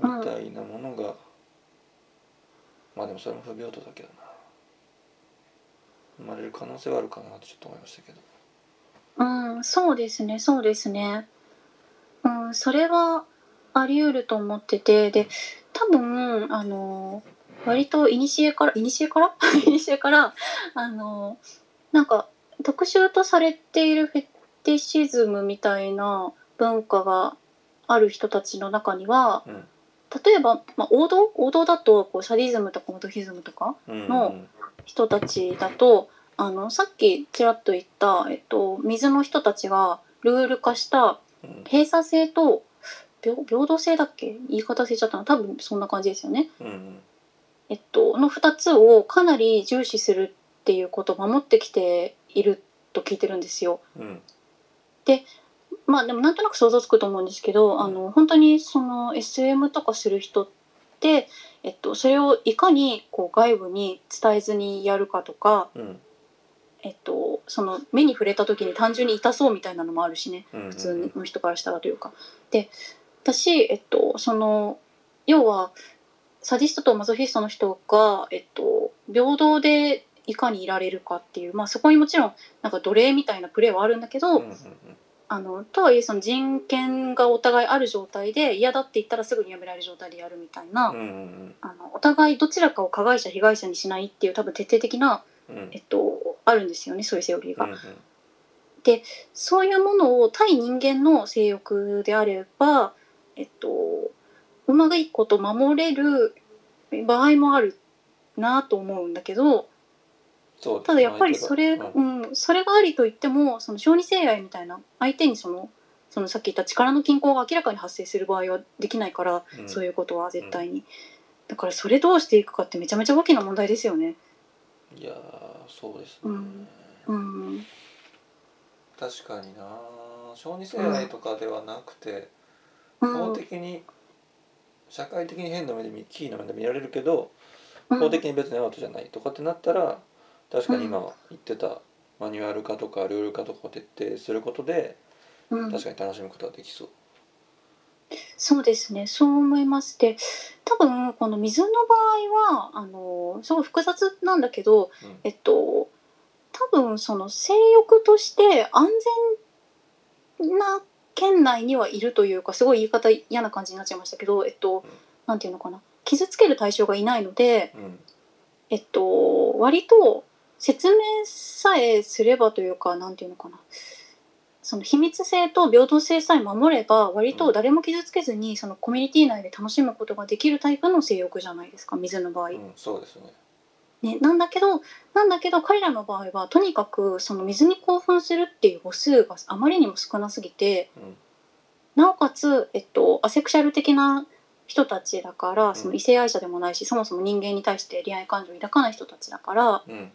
S1: みたいなものが、まあでもそれも不平等だけどな生まれる可能性はあるかなとちょっと思いましたけど
S2: うん、そうですね、そうですね。うん、それはあり得ると思ってて、で、多分、あの、割と古から、古から *laughs* 古から、あの、なんか、特集とされているフェティシズムみたいな文化がある人たちの中には、
S1: うん
S2: 例えば、まあ、王道王道だと、こう、サディズムとかモドヒズムとか、
S1: うん
S2: の人たちだとあのさっきちらっと言った、えっと、水の人たちがルール化した
S1: うん
S2: 閉鎖性と平平等性だっけ言い方忘れちゃったの多分そんな感じですよね、
S1: うんうん
S2: えっと、の2つをかなり重視するっていうことを守ってきていると聞いてるんですよ。
S1: うん
S2: まあでもなんとなく想像つくと思うんですけど、あの本当にその SM とかする人って、えっと、それをいかにこう外部に伝えずにやるかとか、
S1: うん
S2: えっと、その目に触れた時に単純に痛そうみたいなのもあるしね
S1: うん
S2: 普通の人からしたらというか。で私、えっと、その要はサディストとマゾフィストの人が、えっと、平等でいかにいられるかっていう、まあ、そこにもちろんなんか奴隷みたいなプレーはあるんだけど、
S1: うんうん
S2: あのとはいえその人権がお互いある状態で嫌だって言ったらすぐにやめられる状態でやるみたいな、
S1: うんうん
S2: あのお互いどちらかを加害者被害者にしないっていう多分徹底的な、
S1: うんうん
S2: えっと、あるんですよねそういうセオリーが。
S1: うん
S2: そういうものを対人間の性欲であれば、えっと、うまくいくこと守れる場合もあるなと思うんだけど
S1: そう
S2: ただやっぱりそれ,、
S1: うん
S2: う
S1: うん
S2: んそれがありといってもその小児性愛みたいな相手にそのそのさっき言った力の均衡が明らかに発生する場合はできないから、そういうことは絶対に。だからそれどうしていくかってめちゃめちゃ大きな問題ですよね。
S1: いやーそうですね、
S2: うんうん、
S1: 確かにな小児性愛とかではなくて、
S2: うん
S1: 法的に社会的に変な目で見キーな目で見られるけど法的に別にアウトじゃないとかってなったら確かに今言ってたマニュアル化とかルール化とかを徹底することで
S2: うん
S1: 確かに楽しむことはできそう。
S2: そうですね、そう思いまして、多分この水の場合はあのすごい複雑なんだけど、
S1: うん
S2: えっと多分その性欲として安全な圏内にはいるというか、すごい言い方嫌な感じになっちゃいましたけど、えっと、
S1: うん
S2: なんていうのかな、傷つける対象がいないので、
S1: うん
S2: えっと割と説明さえすればというかなんていうのかなその秘密性と平等性さえ守れば割と誰も傷つけずにそのコミュニティ内で楽しむことができるタイプの性欲じゃないですか水の場合、
S1: うん、そうですね。
S2: ね、なんだけどなんだけど彼らの場合はとにかくその水に興奮するっていう母数があまりにも少なすぎて
S1: うん
S2: なおかつ、えっと、アセクシャル的な人たちだからその異性愛者でもないしそもそも人間に対して恋愛感情を抱かない人たちだから
S1: うん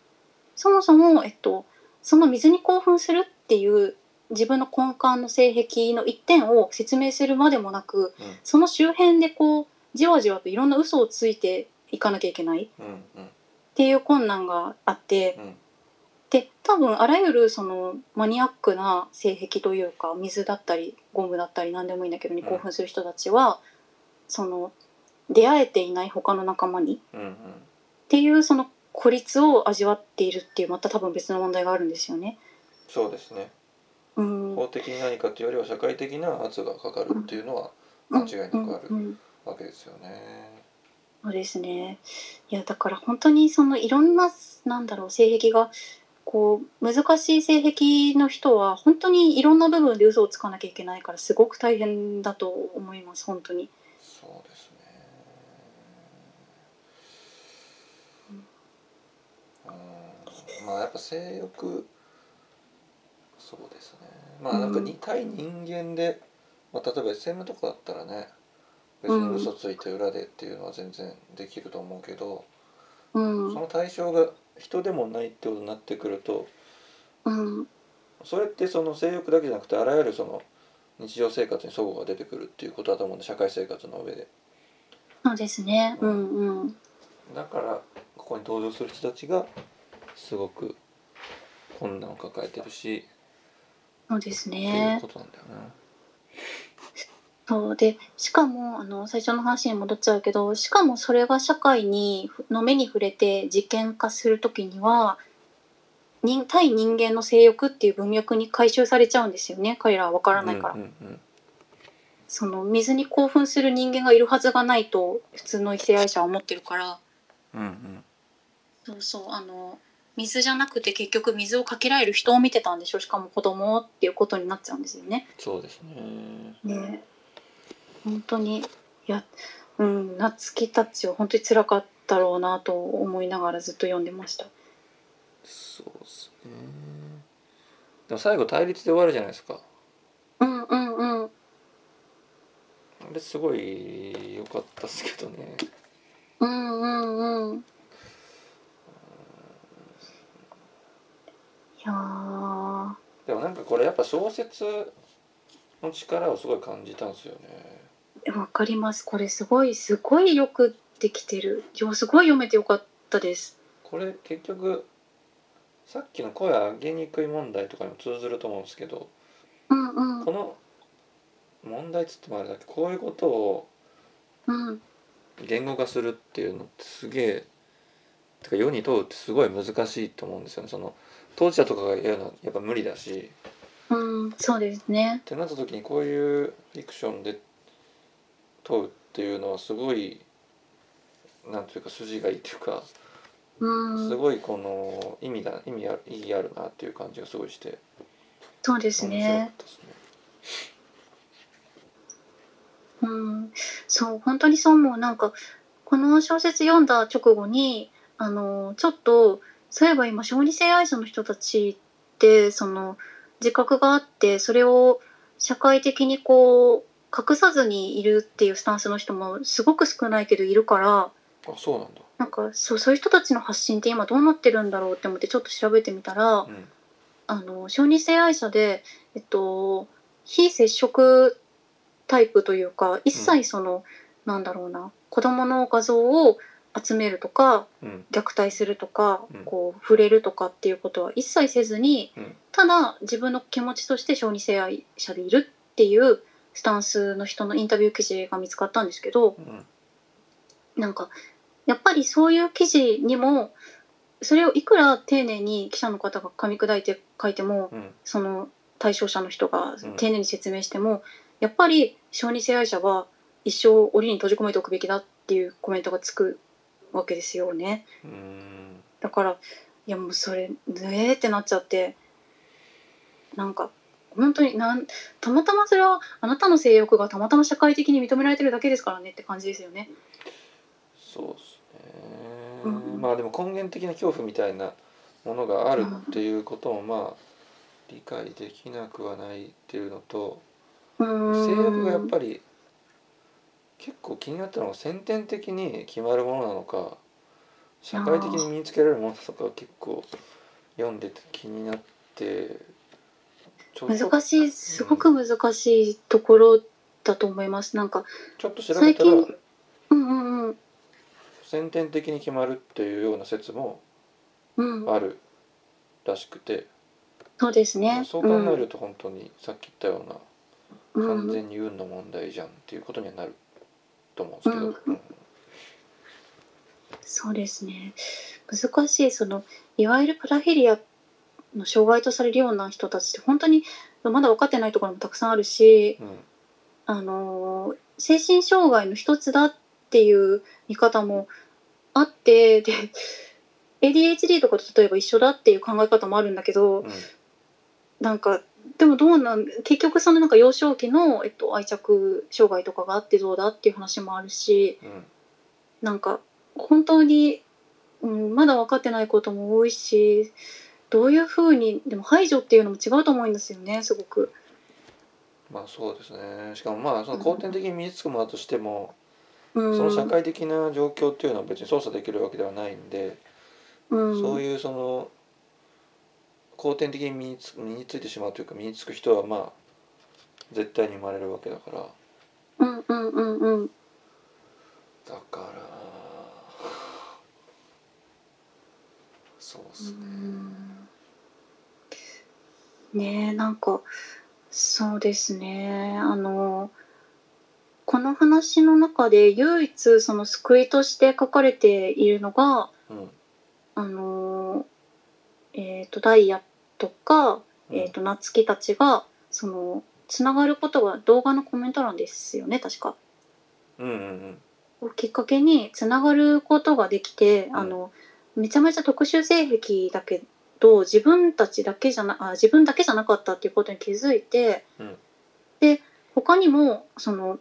S2: そもそも、えっと、その水に興奮するっていう自分の根幹の性癖の一点を説明するまでもなく、
S1: うん
S2: その周辺でこうじわじわといろんな嘘をついていかなきゃいけないっ
S1: うんうん
S2: ていう困難があって
S1: うん
S2: で多分あらゆるそのマニアックな性癖というか水だったりゴムだったり何でもいいんだけどに興奮する人たちは、その出会えていない他の仲間に
S1: うんうん
S2: っていうその孤立を味わっているっていうまた多分別の問題があるんですよね。
S1: そうですね。
S2: うん、
S1: 法的に何かというよりは社会的な圧がかかるっていうのは間違いなくあ
S2: うん
S1: る
S2: うんうん
S1: わけですよね。
S2: そうですねいやだから本当にそのいろんななんだろう性癖がこう難しい性癖の人は本当にいろんな部分で嘘をつかなきゃいけないからすごく大変だと思います本当に。
S1: そうですね。うん、まあやっぱ性欲そうですね。まあなんか
S2: うん
S1: 似たい人間で、まあ例えば SM とかだったらね、別に嘘ついて裏でっていうのは全然できると思うけど、
S2: うん
S1: その対象が人でもないってことになってくると、
S2: うん
S1: それってその性欲だけじゃなくてあらゆるその日常生活に齟齬が出てくるっていうことだと思うんで社会生活の上で。
S2: そうですね。うんうん。
S1: だからここに登場する人たちがすごく困難を抱えてるし、
S2: そうです
S1: っていう
S2: ね
S1: こ。となんだよな。
S2: そうでしかもあの最初の話に戻っちゃうけどしかもそれが社会にの目に触れて事件化する時には人対人間の性欲っていう文脈に回収されちゃうんですよね彼らは分からないから。
S1: うんうんうん
S2: その水に興奮する人間がいるはずがないと普通の異性愛者は思ってるから
S1: うんうん
S2: そうそうあの水じゃなくて結局水をかけられる人を見てたんでしょしかも子供をっていうことになっちゃうんですよね。
S1: そうですね。
S2: ね本当にいやうん夏希たちは本当に辛かったろうなと思いながらずっと読んでました。
S1: そうですね。でも最後対立で終わるじゃないですか。
S2: うんうんうん
S1: あれすごい良かったですけどね。
S2: うんうんうん。いやー
S1: でもなんかこれやっぱ小説の力をすごい感じたんですよね。
S2: わかります。これすごい、すごいよくできてる。よすごい読めてよかったです。
S1: これ結局さっきの声上げにくい問題とかにも通ずると思うんですけど、
S2: うんうん
S1: この問題っつってもあれだけどこういうことを
S2: うん
S1: 言語化するっていうのってすげえてか世に問うってすごい難しいと思うんですよねその当事者とかがやるのはやっぱ無理だしっ
S2: うん、そうですね。
S1: てなった時にこういうフィクションで問うっていうのはすごいなんていうか筋がいいというかす
S2: うん、
S1: ごいこの意味が意味ある意義あるなっていう感じがすごいして
S2: そうです
S1: 面白かっ
S2: ね。
S1: たですね。
S2: うん、そう、本当にそう思う。なんか、この小説読んだ直後に、あの、ちょっと、そういえば今、小児性愛者の人たちって、その、自覚があって、それを社会的にこう、隠さずにいるっていうスタンスの人もすごく少ないけどいるから、
S1: あそうなんだ。
S2: なんかそうそういう人たちの発信って今どうなってるんだろうって思ってちょっと調べてみたら
S1: うん
S2: あの小児性愛者で、えっと、非接触タイプというか一切その、なんだろうな子供の画像を集めるとか
S1: うん
S2: 虐待するとか、
S1: うん
S2: こう触れるとかっていうことは一切せずに、
S1: うん
S2: ただ自分の気持ちとして小児性愛者でいるっていうスタンスの人のインタビュー記事が見つかったんですけど、
S1: うん
S2: なんかやっぱりそういう記事にもそれをいくら丁寧に記者の方が噛み砕いて書いても
S1: うん
S2: その対象者の人が
S1: うん
S2: 丁寧に説明しても、やっぱり小児性愛者は一生檻に閉じ込めておくべきだっていうコメントがつくわけですよね
S1: うーん
S2: だからいやもうそれねえってなっちゃってなんか本当になんたまたまそれはあなたの性欲がたまたま社会的に認められてるだけですからねって感じですよね。
S1: そうですね、
S2: うん
S1: まあでも根源的な恐怖みたいなものがあるっていうこともまあ理解できなくはないっていうのと
S2: 性
S1: 性欲がやっぱり結構気になったのが先天的に決まるものなのか社会的に身につけられるものなのか結構読んでて気になってちょっと
S2: 難しいすごく難しいところだと思いますなんか
S1: ちょっと調べたら
S2: 最近うんうんうん
S1: 先天的に決まるっていうような説も
S2: うん、
S1: あるらしくて。
S2: そうですね。
S1: そう考えると本当にさっき言ったよう
S2: うん、
S1: な
S2: うん
S1: 完全に運の問題じゃんっていうことにはなると思うんですけど、
S2: そうですね。難しいそのいわゆるプラヘリアの障害とされるような人たちって本当にまだ分かってないところもたくさんあるし、
S1: うんうん
S2: あのー精神障害の一つだっていう見方もあってで ADHD とかと例えば一緒だっていう考え方もあるんだけど
S1: うん
S2: なんかでもどうなん結局そのなんか幼少期の、えっと、愛着障害とかがあってどうだっていう話もあるし
S1: うん
S2: なんか本当に、うん、まだ分かってないことも多いしどういうふうにでも排除っていうのも違うと思うんですよねすごく。
S1: まあそうですねしかもまあその後天的に身につくものだとしても、
S2: うん、
S1: その社会的な状況っていうのは別に操作できるわけではないんで、
S2: うん、
S1: そういうその後天的に身につ身についてしまうというか身につく人はまあ絶対に生まれるわけだから
S2: うんうんうんうん
S1: だからそうですね、
S2: ねえなんかそうですねあのこの話の中で唯一その救いとして書かれているのが
S1: うん
S2: あのえっ、とダイヤとか、えっと夏希たちがそのつながることが動画のコメント欄ですよね確か。
S1: うんうん
S2: をきっかけにつながることができて、
S1: ん
S2: あのめちゃめちゃ特殊性癖だけど自分たちだけじゃなあ自分だけじゃなかったっていうことに気づいて、
S1: うん
S2: で他にもその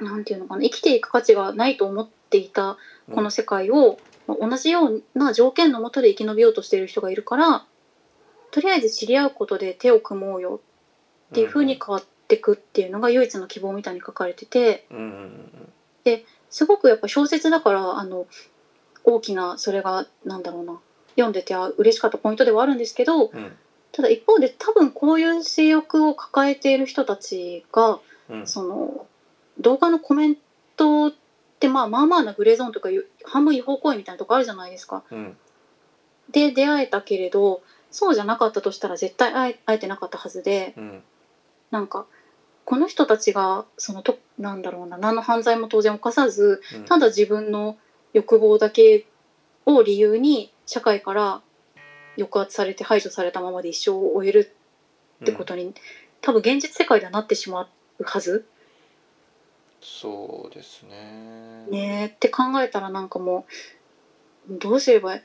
S2: なんていうのかな生きていく価値がないと思っていた
S1: うん
S2: この世界を、まあ同じような条件のもとで生き延びようとしている人がいるからとりあえず知り合うことで手を組もうよっていうふうに変わっていくっていうのが唯一の希望みたいに書かれてて。
S1: うんうんうん
S2: すごくやっぱ小説だからあの大きなそれがなんだろうな読んでてあ嬉しかったポイントではあるんですけ
S1: う
S2: ど
S1: ん
S2: ただ一方で多分こういう性欲を抱えている人たちが
S1: うん
S2: その動画のコメントってまあまあまあなグレーゾーンとかいう半分違法行為みたいなとこあるじゃないですか。
S1: うん
S2: で出会えたけれどそうじゃなかったとしたら絶対会え会えてなかったはずで
S1: うん
S2: なんかこの人たちがそのとなんだろうな何の犯罪も当然犯さず
S1: うん
S2: ただ自分の欲望だけを理由に社会から抑圧されて排除されたままで一生を終えるってことに、多分現実世界ではなってしまうはず、
S1: そうですね
S2: ねえって考えたらなんかもうどうすれば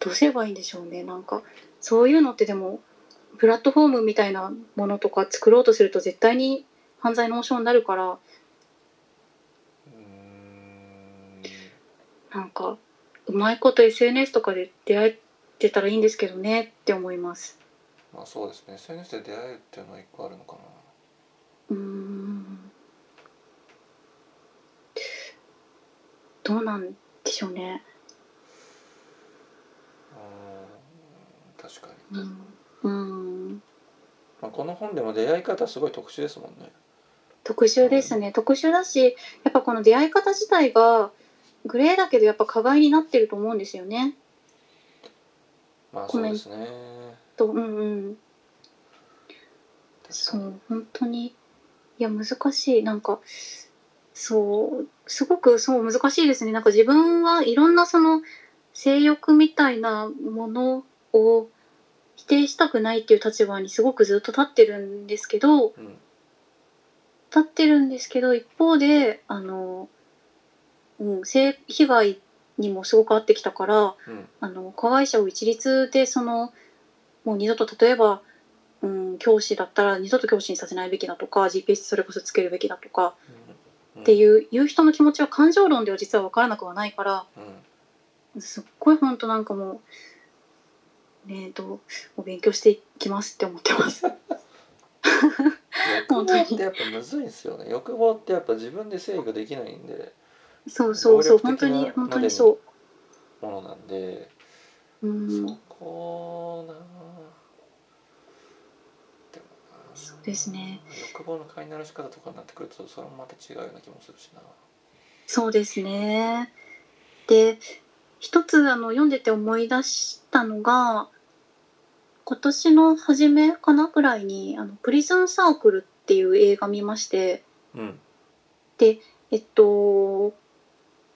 S2: どうすればいいんでしょうねなんかそういうのってでもプラットフォームみたいなものとか作ろうとすると絶対に犯罪の温床になるから
S1: うーん
S2: なんかうまいこと SNS とかで出会えてたらいいんですけどねって思います。
S1: まあそうですね SNS で出会えるっていうのは一個あるのかな
S2: うーんどうなんでしょうね。
S1: うーん確かに、
S2: うん。うん、
S1: まあ、この本でも出会い方すごい特殊ですもんね
S2: 特殊ですね。特殊だし、やっぱこの出会い方自体がグレーだけどやっぱ加害になってると思うんですよね。
S1: まあ
S2: コ
S1: そう
S2: メン
S1: で
S2: ト
S1: すね
S2: と、うんうん。
S1: 確
S2: そ
S1: かに
S2: う、本当に。いや、難しい。なんか、そう、すごくそう難しいですね。なんか自分はいろんなその性欲みたいなものを否定したくないっていう立場にすごくずっと立ってるんですけど、
S1: うん
S2: 立ってるんですけど、一方で、あの、うん、性被害にもすごく合ってきたから、
S1: うん
S2: あの加害者を一律でそのもう二度と例えば、うん、教師だったら二度と教師にさせないべきだとか GPS それこそつけるべきだとか
S1: うん
S2: っていう言う人の気持ちは感情論では実は分からなくはないから *laughs*
S1: うん
S2: すっごい本当なんかもうねえどうお勉強していきますって思ってます。
S1: 欲望ってやっぱむずいんですよね欲望ってやっぱ自分で制御できないんで
S2: そうそうそう
S1: 暴
S2: 本
S1: 力
S2: 当
S1: 的な
S2: に本当にそ
S1: ものなんで、
S2: う。うん
S1: そこなあでもなあ
S2: そうですね
S1: 欲望の飼いならし方とかになってくるとそれもまた違うような気もするしな
S2: そうですね。で、一つあの読んでて思い出したのが、今年の初めかなくらいに、あの、プリズンサークルっていう映画見まして、
S1: うん
S2: えっと、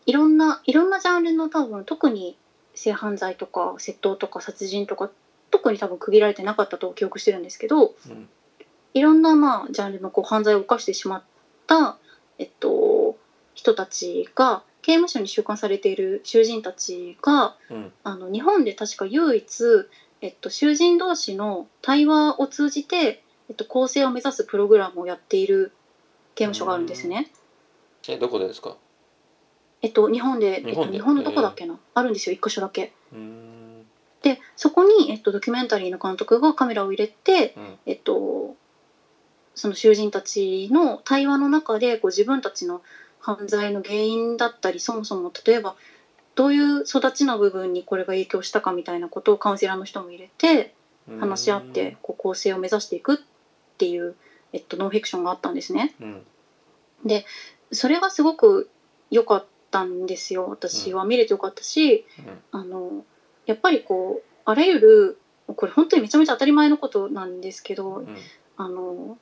S2: いろんな、いろんなジャンルの多分、特に性犯罪とか、窃盗とか殺人とか、特に多分区切られてなかったと記憶してるんですけど、
S1: うん
S2: いろんな、まあ、ジャンルのこう犯罪を犯してしまった、えっと、人たちが刑務所に収監されている囚人たちが
S1: うん
S2: あの日本で確か唯一、えっと、囚人同士の対話を通じて、えっと、更生を目指すプログラムをやっている刑務所があるんですね。
S1: えどこでですか
S2: えっと、日本で
S1: 日本で
S2: えっと、日本のどこだっけな、あるんですよ一箇所だけ。
S1: うーん
S2: でそこに、えっと、ドキュメンタリーの監督がカメラを入れて、
S1: うん
S2: えっと、その囚人たちの対話の中でこう自分たちの犯罪の原因だったりそもそも例えばどういう育ちの部分にこれが影響したかみたいなことをカウンセラーの人も入れて
S1: うーん
S2: 話し合ってこう構成を目指していくっていう、えっと、ノンフィクションがあったんですね。
S1: うん
S2: それがすごく良かったんですよ私は見れてよかったし、あのやっぱりこうあらゆるこれ本当にめちゃめちゃ当たり前のことなんですけど
S1: うんうん
S2: あの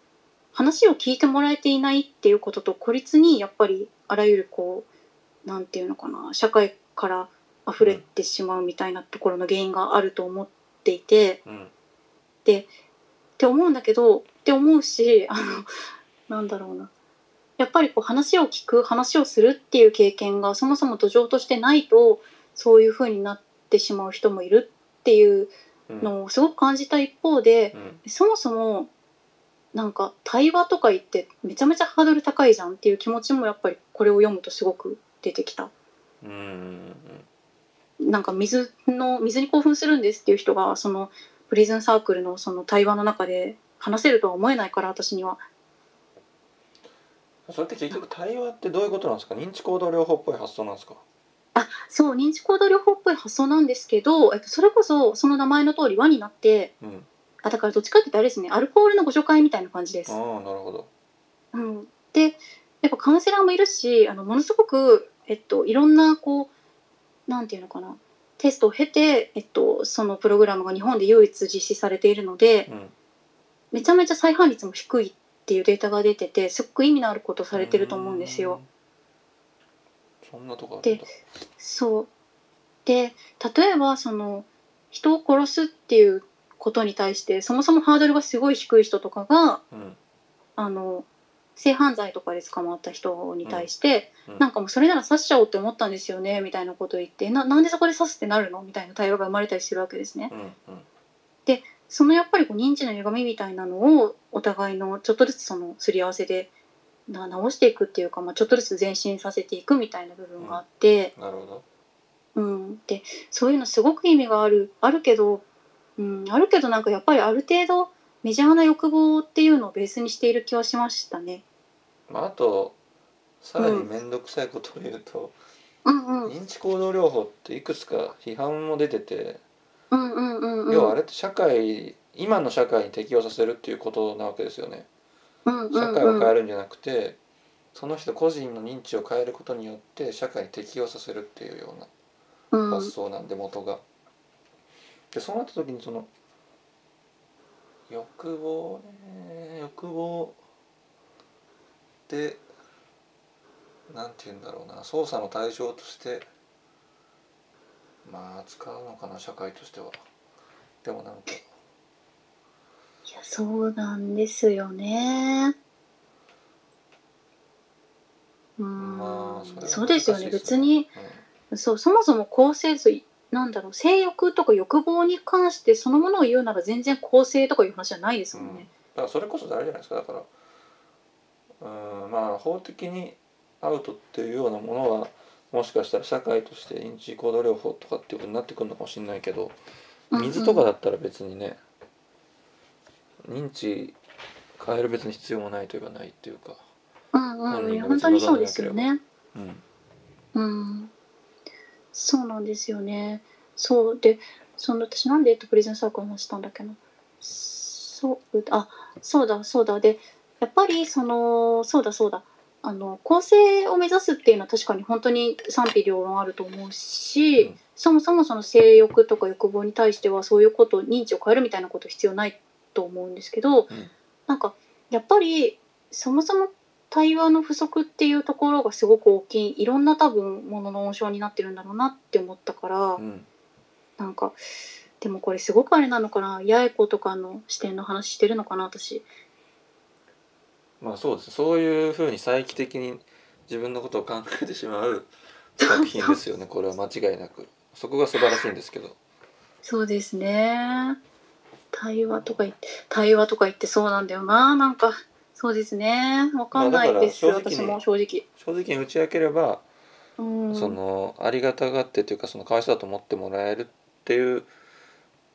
S2: 話を聞いてもらえていないっていうことと孤立にやっぱりあらゆるこうなんていうのかな社会から溢れてしまうみたいなところの原因があると思っていて、っ
S1: うん
S2: て思うんだけどって思うしあのなんだろうなやっぱりこう話を聞く話をするっていう経験がそもそも土壌としてないとそういう風になってしまう人もいるっていう
S1: うん
S2: のをすごく感じた一方で、
S1: うん
S2: そもそもなんか対話とか言ってめちゃめちゃハードル高いじゃんっていう気持ちもやっぱりこれを読むとすごく出てきた。
S1: うんうん
S2: なんか水の水に興奮するんですっていう人がそのプリズンサークルのその対話の中で話せるとは思えないから私には
S1: それって結局対話ってどういうことなんですか認知行動療法っぽい発想なんですか
S2: そう認知行動療法っぽい発想なんですけど、えっと、それこそその名前の通り輪になって
S1: うん
S2: あだからどっちかって言ってあれですねアルコールのご紹介みたいな感じです
S1: ああ。なるほど
S2: うん、でやっぱカウンセラーもいるしあのものすごく、えっと、いろんなこうなんていうのかなテストを経て、えっと、そのプログラムが日本で唯一実施されているので
S1: うん
S2: めちゃめちゃ再犯率も低いっていうデータが出ててすごく意味のあることをされてると思うんですよ。
S1: うんそんなとこあるんだ
S2: そうで例えばその人を殺すっていうことに対してそもそもハードルがすごい低い人とかが
S1: うん
S2: あの性犯罪とかで捕まった人に対して、
S1: うんうん
S2: なんかもうそれなら刺しちゃおうって思ったんですよねみたいなことを言ってななんでそこで刺すってなるのみたいな対話が生まれたりするわけですね。
S1: うんうん
S2: そのやっぱりこう認知の歪みみたいなのをお互いのちょっとずつそのすり合わせでな直していくっていうか、まあ、ちょっとずつ前進させていくみたいな部分があって、
S1: なるほど
S2: うんでそういうのすごく意味があるあるけど、うん、あるけどなんかやっぱりある程度メジャーな欲望っていうのをベースにしている気はしましたね。
S1: まああとさらに面倒くさいことを言うと、
S2: うんうん、
S1: 認知行動療法っていくつか批判も出てて、
S2: うんうんうんうん、
S1: 要はあれって社会今の社会に適応させるっていうことなわけですよね社会を変え
S2: る
S1: るんじゃなくて、その人個人の認知を変えることによって社会に適応させるっていうよ
S2: う
S1: うんな
S2: うん
S1: 発想なんで元が。でそうなった時にその欲望ね欲望でなんて言うんだろうな操作の対象としてまあ扱うのかな社会としては。でもなんか
S2: いやそうなんですよねうん、
S1: まあそれは難しいですね
S2: そうですよね別にそうそもそも構成そういなんだろう性欲とか欲望に関してそのものを言うなら全然構成とかいう話じゃないです
S1: う
S2: も
S1: ん
S2: んね。
S1: だからそれこそあれじゃないですかだからうんまあ法的にアウトっていうようなものはもしかしたら社会として認知行動療法とかっていうことになってくるのかもしれないけど
S2: うんうん
S1: 水とかだったら別にね認知変える別に必要もないといえばないっていうか、
S2: うんうん、
S1: 何
S2: い
S1: が
S2: や本当にそうですよ
S1: 望
S2: ね。
S1: うん、
S2: うん、そうなんですよね。そうで、その私なんでえっとプレゼンサークルの話したんだっけな。そうあそうだそうだでやっぱりそのそうだそうだあの構成を目指すっていうのは確かに本当に賛否両論あると思うし、
S1: うん
S2: そもそもその性欲とか欲望に対してはそういうこと認知を変えるみたいなこと必要ないと思うんですけど、なんかやっぱりそもそも対話の不足っていうところがすごく大きいいろんな多分ものの温床になってるんだろうなって思ったから、
S1: うん、
S2: なんかでもこれすごくあれなのかな八重子とかの視点の話してるのかな私。
S1: まあそうですねそういうふうに再帰的に自分のことを考えてしまう作品ですよねこれは間違いなくそこが素晴らしいんですけど
S2: そうですね。対話とか言って、対話とか言ってそうなんだよな、なんか。そうですね。わかんないです、
S1: まあだから
S2: 私
S1: 正直ね
S2: も正直。
S1: 正直に打ち明ければ、
S2: うん。
S1: そのありがたがってというかそのかわいそうだと思ってもらえるっていう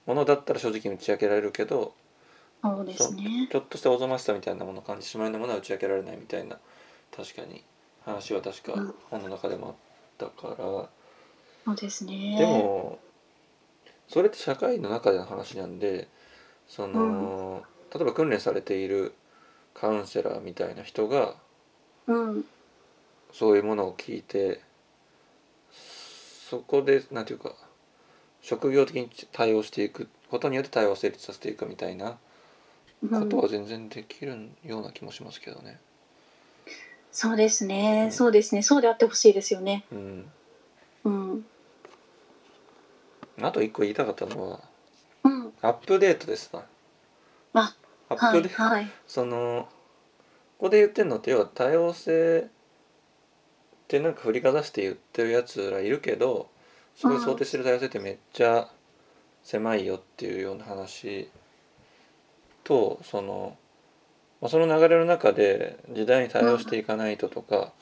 S1: ものだったら正直に打ち明けられるけど
S2: そうですね。
S1: ちょっとしたおぞましさみたいなものを感じてしまうようなものは打ち明けられないみたいな確かに話は確
S2: う
S1: か
S2: ん
S1: 本の中でもあったから、
S2: そうですね。
S1: でもそれって社会の中での話なんでその、例えば訓練されているカウンセラーみたいな人が
S2: うん。
S1: そういうものを聞いてそこでなんていうか職業的に対応していくことによって対応を成立させていくみたいな
S2: う
S1: こと
S2: ん、
S1: は全然できるような気もしますけどね。
S2: そうです
S1: う
S2: ね。
S1: ん
S2: そうですね。そうであってほしいですよね。
S1: うん、
S2: うん。
S1: あと一個言いたかったのは
S2: うん。
S1: アップデートですな。
S2: あ、
S1: アッ
S2: は
S1: プ
S2: い。
S1: デート、
S2: はい。
S1: そのここで言ってるのって要は多様性ってなんか振りかざして言ってるやつらいるけどそれを想定してる多様性ってめっちゃ狭いよっていうような話とその、まあ、その流れの中で時代に対応していかないととか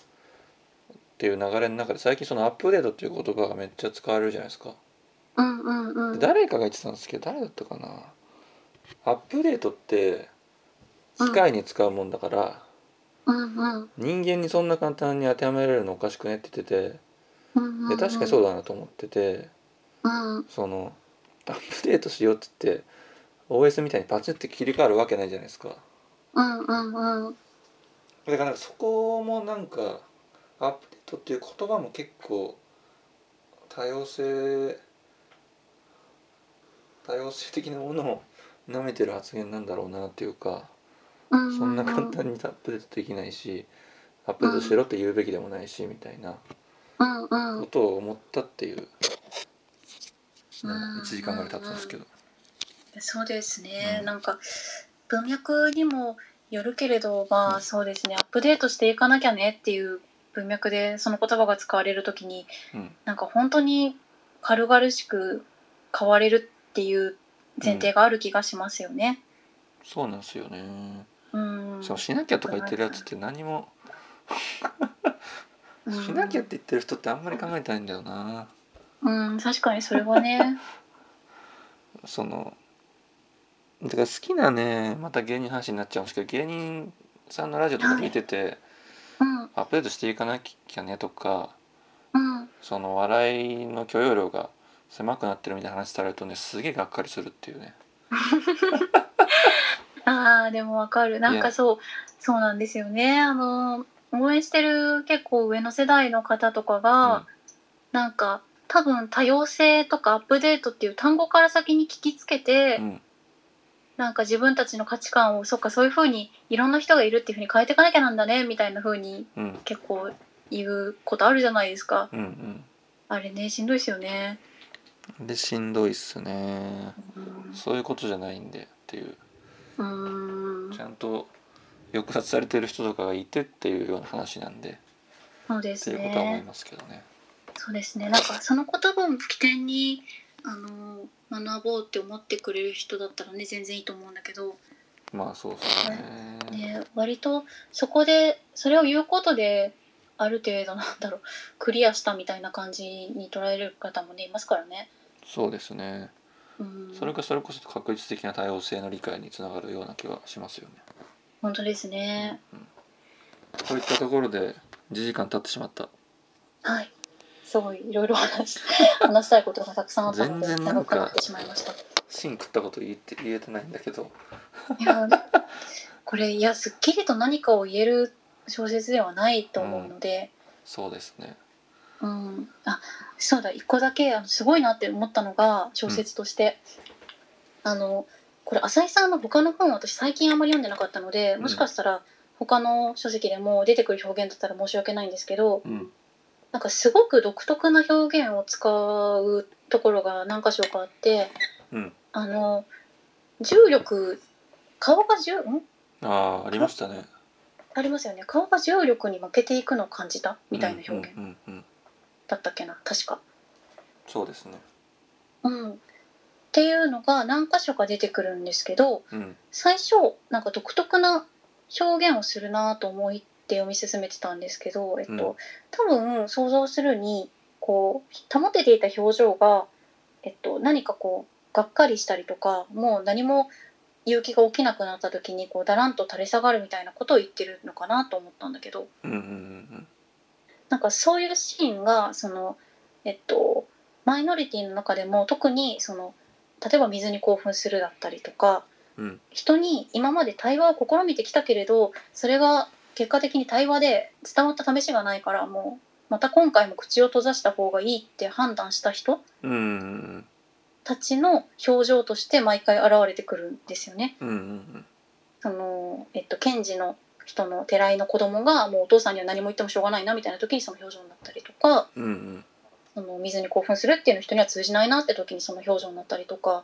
S1: っていう流れの中で最近そのアップデートっていう言葉がめっちゃ使われるじゃないですか。
S2: うんうんうん。
S1: 誰かが言ってたんですけど誰だったかなアップデートって機械に使うもんだから、
S2: うんうん。
S1: 人間にそんな簡単に当てはめられるのおかしくねって言って
S2: うんうん、
S1: てで確かにそう
S2: う。
S1: だなと思ってて
S2: うん。
S1: そのアップデートしようって言って OS みたいにパチッて切り替わるわけないじゃないですか
S2: うんうんうん。
S1: だからなんかそこもなんかアップデートっていう言葉も結構多様性多様性的なものを舐めてる発言なんだろうなっていうか
S2: うん。
S1: そんな簡単にアップデートできないしアップデートしろって言うべきでもないしみたいな
S2: うんう
S1: こ
S2: ん。
S1: とを思ったっていう
S2: うん
S1: 1時間ぐらい経ったんですけど
S2: そうですね、
S1: うん
S2: なんか文脈にもよるけれど、ま
S1: う
S2: あ、
S1: ん
S2: そうですねアップデートしていかなきゃねっていう文脈でその言葉が使われる時に
S1: うん
S2: なんか本当に軽々しく変われるっていう前提がある気がしますよね。
S1: そうなんですよね
S2: うん、
S1: しかもしなきゃとか言ってるやつって何も
S2: うん
S1: しなきゃって言ってる人ってあんまり考えてないんだよな
S2: うん、確かにそれ
S1: *laughs*
S2: はね。
S1: そのだから好きなねまた芸人の話になっちゃうんですけど芸人さんのラジオとか見てて
S2: うん、
S1: アップデートしていかなきゃねとか
S2: うん、
S1: その笑いの許容量が狭くなってるみたいな話されるとねすげえがっかりするっていうね
S2: ああでもわかるなん
S1: いや
S2: かそうそうなんですよねあの応援してる結構上の世代の方とかが、
S1: うん
S2: なんか多分多様性とかアップデートっていう単語から先に聞きつけて、
S1: うん
S2: なんか自分たちの価値観をそっかそういう風にいろんな人がいるっていう風に変えていかなきゃなんだねみたいな風に
S1: うん
S2: 結構言うことあるじゃないですか
S1: うん
S2: あれねしんどいですよね
S1: うんでしんどいっすね
S2: うん
S1: そういうことじゃないんでっていう
S2: うーん
S1: ちゃんと抑圧されてる人とかがいてっていうような話なんで
S2: そうで
S1: って
S2: す
S1: いうことは思い
S2: ね
S1: ますけどね
S2: そうですねなんかその言葉を起点にあの学ぼうって思ってくれる人だったらね全然いいと思うんだけど、
S1: まあそうですね
S2: ね、割とそこでそれを言うことである程度なんだろうクリアしたみたいな感じに捉える方もねいますからね。
S1: そうですね
S2: うん、
S1: それがそれこそ確実的な多様性の理解につながるような気はしますよね、
S2: 本当ですね。
S1: うん、といったところで1時間経ってしまった
S2: はい。すごいいろいろ話し *laughs* 話したいことがたくさんあったので
S1: 全然なん
S2: 長
S1: か
S2: くなってしまいました。
S1: 芯食ったこと言って言えてないんだけど
S2: いやこれいやすっきりと何かを言える小説ではないと思うので。
S1: そうですね
S2: うん、あそうだ一個だけあのすごいなって思ったのが小説として、あのこれ浅井さんの他の本私最近あんまり読んでなかったのでもしかしたら他の書籍でも出てくる表現だったら申し訳ないんですけど
S1: うん
S2: なんかすごく独特な表現を使うところが何箇所かあって
S1: うん
S2: あの重力顔が重ん
S1: ああありましたね
S2: ありますよね顔が重力に負けていくのを感じたみたいな表現、
S1: うんうんうん
S2: だったっけな確か。
S1: そうですね。
S2: うん、っていうのが何箇所か出てくるんですけど
S1: うん。
S2: 最初なんか独特な表現をするなと思って読み進めてたんですけど、えっと
S1: うん
S2: 多分想像するにこう保てていた表情が、えっと、何かこうがっかりしたりとかもう何も勇気が起きなくなった時にこうだらんと垂れ下がるみたいなことを言ってるのかなと思ったんだけど
S1: うんうんうん
S2: なんかそういうシーンがそのえっとマイノリティの中でも特にその例えば水に興奮するだったりとか
S1: うん。うん。
S2: 人に今まで対話を試みてきたけれどそれが結果的に対話で伝わった試しがないからもうまた今回も口を閉ざした方がいいって判断した人
S1: うんうん
S2: たちの表情として毎回現れてくるんですよね。
S1: うん。うんうん
S2: そのえっと検事の人の寺井の子供がもうお父さんには何も言ってもしょうがないなみたいな時にその表情になったりとか。
S1: うん。うんうん。
S2: その水に興奮するっていうの人には通じないなって時にその表情になったりとかっ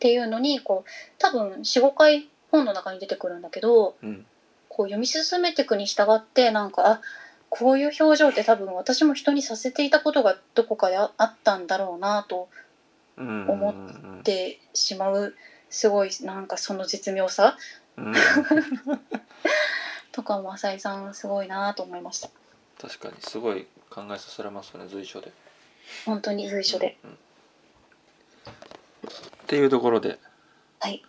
S2: ていうのにこう多分45回本の中に出てくるんだけど
S1: うん。
S2: こう読み進めていくに従ってなんかあこういう表情って多分私も人にさせていたことがどこかでああったんだろうなと
S1: うんうんうん。
S2: 思思ってしまうすごいなんかその絶妙さ
S1: うん。
S2: とかも浅井さんすごいなと思いました
S1: 確かにすごい考えさせられますよね随所で。
S2: 本当に随所で。
S1: うんうんっていうところで。
S2: はい。